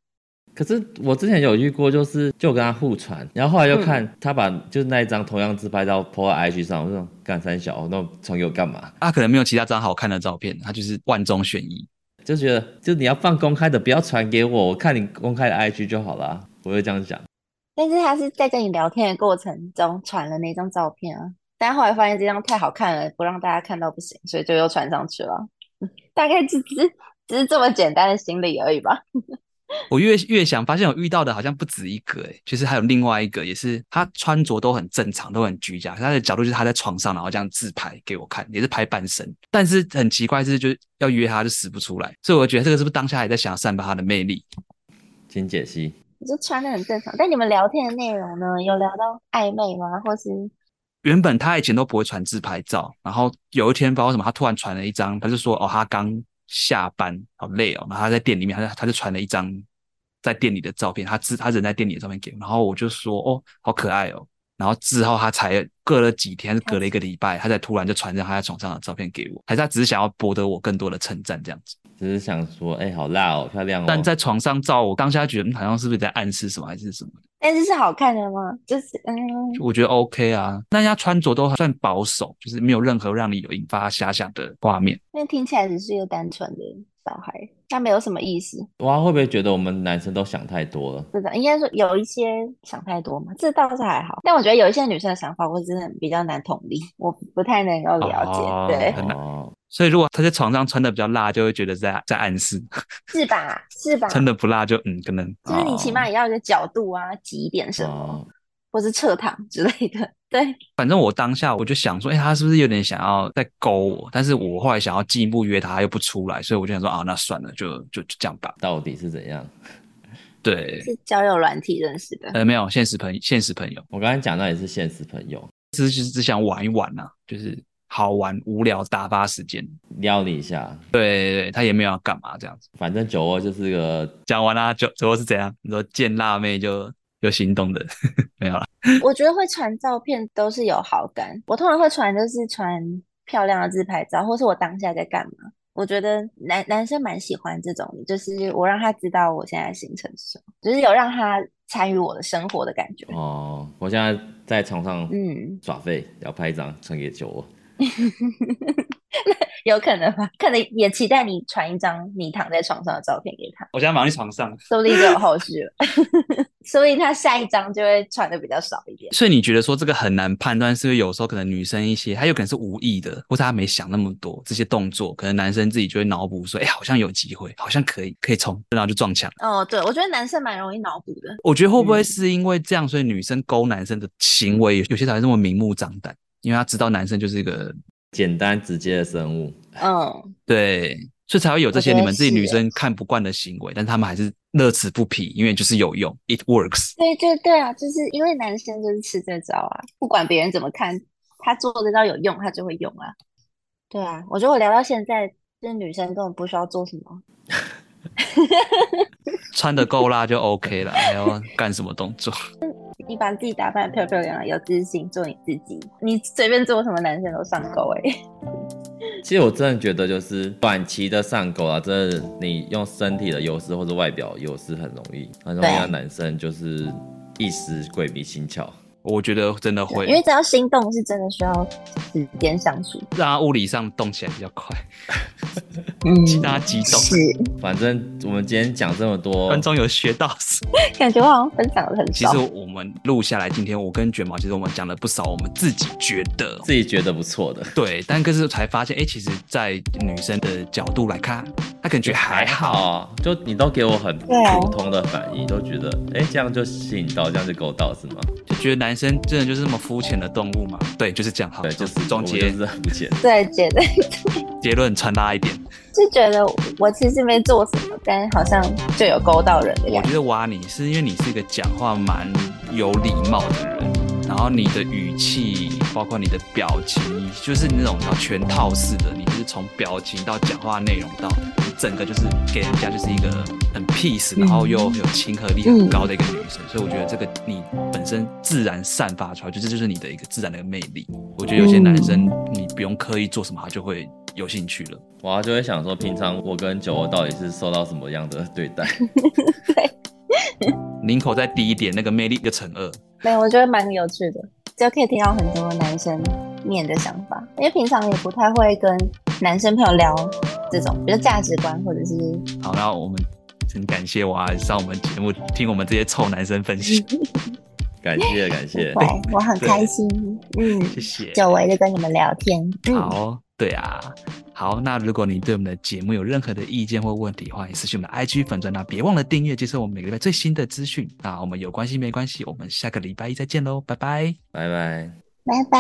Speaker 3: 可是我之前有遇过，就是就跟他互传，然后后来
Speaker 2: 嗯
Speaker 3: 就看他把就是那一张同样自拍照 po 在 IG 上，我就说干三小，那传给我干嘛？
Speaker 2: 他可能没有其他张好看的照片，他就是万中选一。
Speaker 3: 就觉得就你要放公开的，不要传给我，我看你公开的 IG 就好啦。我就这样讲，
Speaker 1: 但是他是在跟你聊天的过程中传了那张照片啊，但后来发现这张太好看了，不让大家看到不行，所以就又传上去了。 大概只只只是这么简单的心理而已吧。
Speaker 2: 我越越想发现，我遇到的好像不止一个、欸，诶，就是还有另外一个，也是他穿着都很正常，都很居家，可是他的角度就是他在床上，然后这样自拍给我看，也是拍半身，但是很奇怪是，就是要约他就死不出来，所以我觉得这个是不是当下还在想要散发他的魅力？
Speaker 3: 请解析。
Speaker 1: 你就穿的很正常。但你们聊天的内容呢，有聊到暧昧吗？或是
Speaker 2: 原本他以前都不会传自拍照，然后有一天不知道为什么他突然传了一张，他就说哦他刚下班好累哦，然后他在店里面，他就他就传了一张在店里的照片，他自他人在店里的照片给我，然后我就说哦好可爱哦，然后之后他才隔了几天，隔了一个礼拜，他才突然就传上他在床上的照片给我，还是他只是想要博得我更多的称赞这样子，
Speaker 3: 只是想说，哎、好辣哦，漂亮哦。
Speaker 2: 但在床上照我当下觉得、嗯、好像是不是在暗示什么还是什么。
Speaker 1: 但是是好看的吗？就是嗯，
Speaker 2: 我觉得 OK 啊，但人家穿着都算保守，就是没有任何让你有引发遐想的画面。
Speaker 1: 那听起来只是一个单纯的小孩，他没有什么意思。
Speaker 3: 哇，会不会觉得我们男生都想太多了？
Speaker 1: 不知道，应该说有一些想太多嘛，这倒是还好。但我觉得有一些女生的想法，我真的比较难同理，我不太能够了解，
Speaker 2: 哦
Speaker 1: 对，
Speaker 2: 很难
Speaker 3: 哦，
Speaker 2: 所以如果他在床上穿的比较辣，就会觉得在在暗示；
Speaker 1: 是吧？是吧？
Speaker 2: 穿的哦不辣就嗯，可能
Speaker 1: 嗯就是你起码也要有一个角度啊，挤一点什么，
Speaker 3: 哦
Speaker 1: 或是侧躺之类的，对，
Speaker 2: 反正我当下我就想说，哎、他是不是有点想要在勾我？但是我后来想要进一步约他，他又不出来，所以我就想说啊，那算了，就就就这样吧。
Speaker 3: 到底是怎样？
Speaker 2: 对，
Speaker 1: 是交友软体认识的。
Speaker 2: 呃，没有现实朋现实朋友，
Speaker 3: 我刚才讲到也是现实朋友，
Speaker 2: 只是只想玩一玩呐、就是好玩无聊打发时间。
Speaker 3: 撩你一下，
Speaker 2: 对对对，他也没有要干嘛这样子。
Speaker 3: 反正酒窝就是个
Speaker 2: 讲完啦、就最后是怎样？你说见辣妹就有心动的，没有啦。
Speaker 1: 我觉得会传照片都是有好感，我通常会传就是传漂亮的自拍照，或是我当下在干嘛。我觉得男男生蛮喜欢这种，就是我让他知道我现在的行程是什么，就是有让他参与我的生活的感觉。
Speaker 3: 哦，我现在在床上
Speaker 1: 嗯，
Speaker 3: 耍废，要拍一张传给酒窝。
Speaker 1: 有可能吧，可能也期待你传一张你躺在床上的照片给他，
Speaker 2: 我现在马上去床上。
Speaker 1: 说不定就有后续了。 说不定他下一张就会传的比较少一点。
Speaker 2: 所以你觉得说这个很难判断，是不是有时候可能女生一些，她有可能是无意的，或者她没想那么多这些动作，可能男生自己就会脑补说，哎、好像有机会，好像可以，可以冲，然后就撞墙。
Speaker 1: 哦，对，我觉得男生蛮容易脑补的。
Speaker 2: 我觉得会不会
Speaker 1: 嗯
Speaker 2: 是因为这样，所以女生勾男生的行为有有些才会这么明目张胆，因为她知道男生就是一个
Speaker 3: 简单直接的生物，
Speaker 1: 嗯，
Speaker 2: 对，所以才会有这些
Speaker 1: 我觉得
Speaker 2: 你们自己
Speaker 1: 是
Speaker 2: 女
Speaker 1: 耶
Speaker 2: 生看不惯的行为，但是他们还是乐此不疲，因为就是有用，it works。
Speaker 1: 对对对啊，就是因为男生就是吃这招啊，不管别人怎么看，他做这招有用，他就会用啊。对啊，我觉得我聊到现在，就是女生根本不需要做什么。
Speaker 2: 穿的够辣就 OK 了，还要干什么动作？
Speaker 1: 你把自己打扮得漂漂亮亮，有自信，做你自己，你随便做什么男生都上钩哎、
Speaker 3: 其实我真的觉得，就是短期的上钩啊，真的你用身体的优势或者外表优势很容易，很容易
Speaker 1: 对
Speaker 3: 让男生就是一时鬼迷心窍。
Speaker 2: 我觉得真的会，
Speaker 1: 因为只要心动是真的需要时间相处。
Speaker 2: 让他物理上动起来比较快，
Speaker 1: 嗯，
Speaker 2: 让他激动。
Speaker 1: 是，
Speaker 3: 反正我们今天讲这么多
Speaker 2: 观，众有学到什么？
Speaker 1: 感觉我好像分享的很
Speaker 2: 其
Speaker 1: 少
Speaker 2: 实。我们录下来，今天我跟卷毛，其实我们讲了不少我们自己觉得
Speaker 3: 自己觉得不错的，
Speaker 2: 对，但可是才发现，哎、其实，在女生的角度来看，她感觉还好。
Speaker 3: 好，就你都给我很
Speaker 1: 对啊
Speaker 3: 普通的反应，都觉得哎、这样就吸引到，这样就够到是吗？
Speaker 2: 就觉得男生真的就是这么肤浅的动物嘛？对，就是这样。好，
Speaker 3: 对，就是
Speaker 2: 总
Speaker 3: 我就
Speaker 2: 结
Speaker 3: 是很不简单。
Speaker 1: 对，觉得
Speaker 2: 结论传达一点，
Speaker 1: 就觉得我其实没做什么，但好像就有勾到人的
Speaker 2: 我
Speaker 1: 感觉。
Speaker 2: 觉得挖你是因为你是一个讲话蛮有礼貌的人，然后你的语气，包括你的表情，就是那种叫全套式的，你就是从表情到讲话内容到你整个就是给人家就是一个很 peace，
Speaker 1: 嗯
Speaker 2: 然后又有亲和力很高的一个女生，所以我觉得这个你本身自然散发出来，就这就是你的一个自然的魅力。我觉得有些男生你不用刻意做什么，他就会有兴趣了。
Speaker 3: 我就会想说，平常我跟酒窝到底是受到什么样的对待？
Speaker 2: 领口再低一点，那个魅力一个乘二。
Speaker 1: 没有，我觉得蛮有趣的，就可以听到很多男生面的想法，因为平常也不太会跟男生朋友聊这种，比如价值观或者是
Speaker 2: 好，那我们很感谢娃儿上我们节目听我们这些臭男生分析，
Speaker 3: 感谢 感谢，
Speaker 1: 对，我很开心，嗯，
Speaker 2: 谢谢。
Speaker 1: 久违的跟你们聊天，嗯，
Speaker 2: 好，对啊，好，那如果你对我们的节目有任何的意见或问题，欢迎私信我们的 IG 粉专，那啊别忘了订阅，接受我们每个礼拜最新的资讯。那我们有关系没关系，我们下个礼拜一再见喽，拜拜。
Speaker 3: 拜拜。
Speaker 1: 拜拜。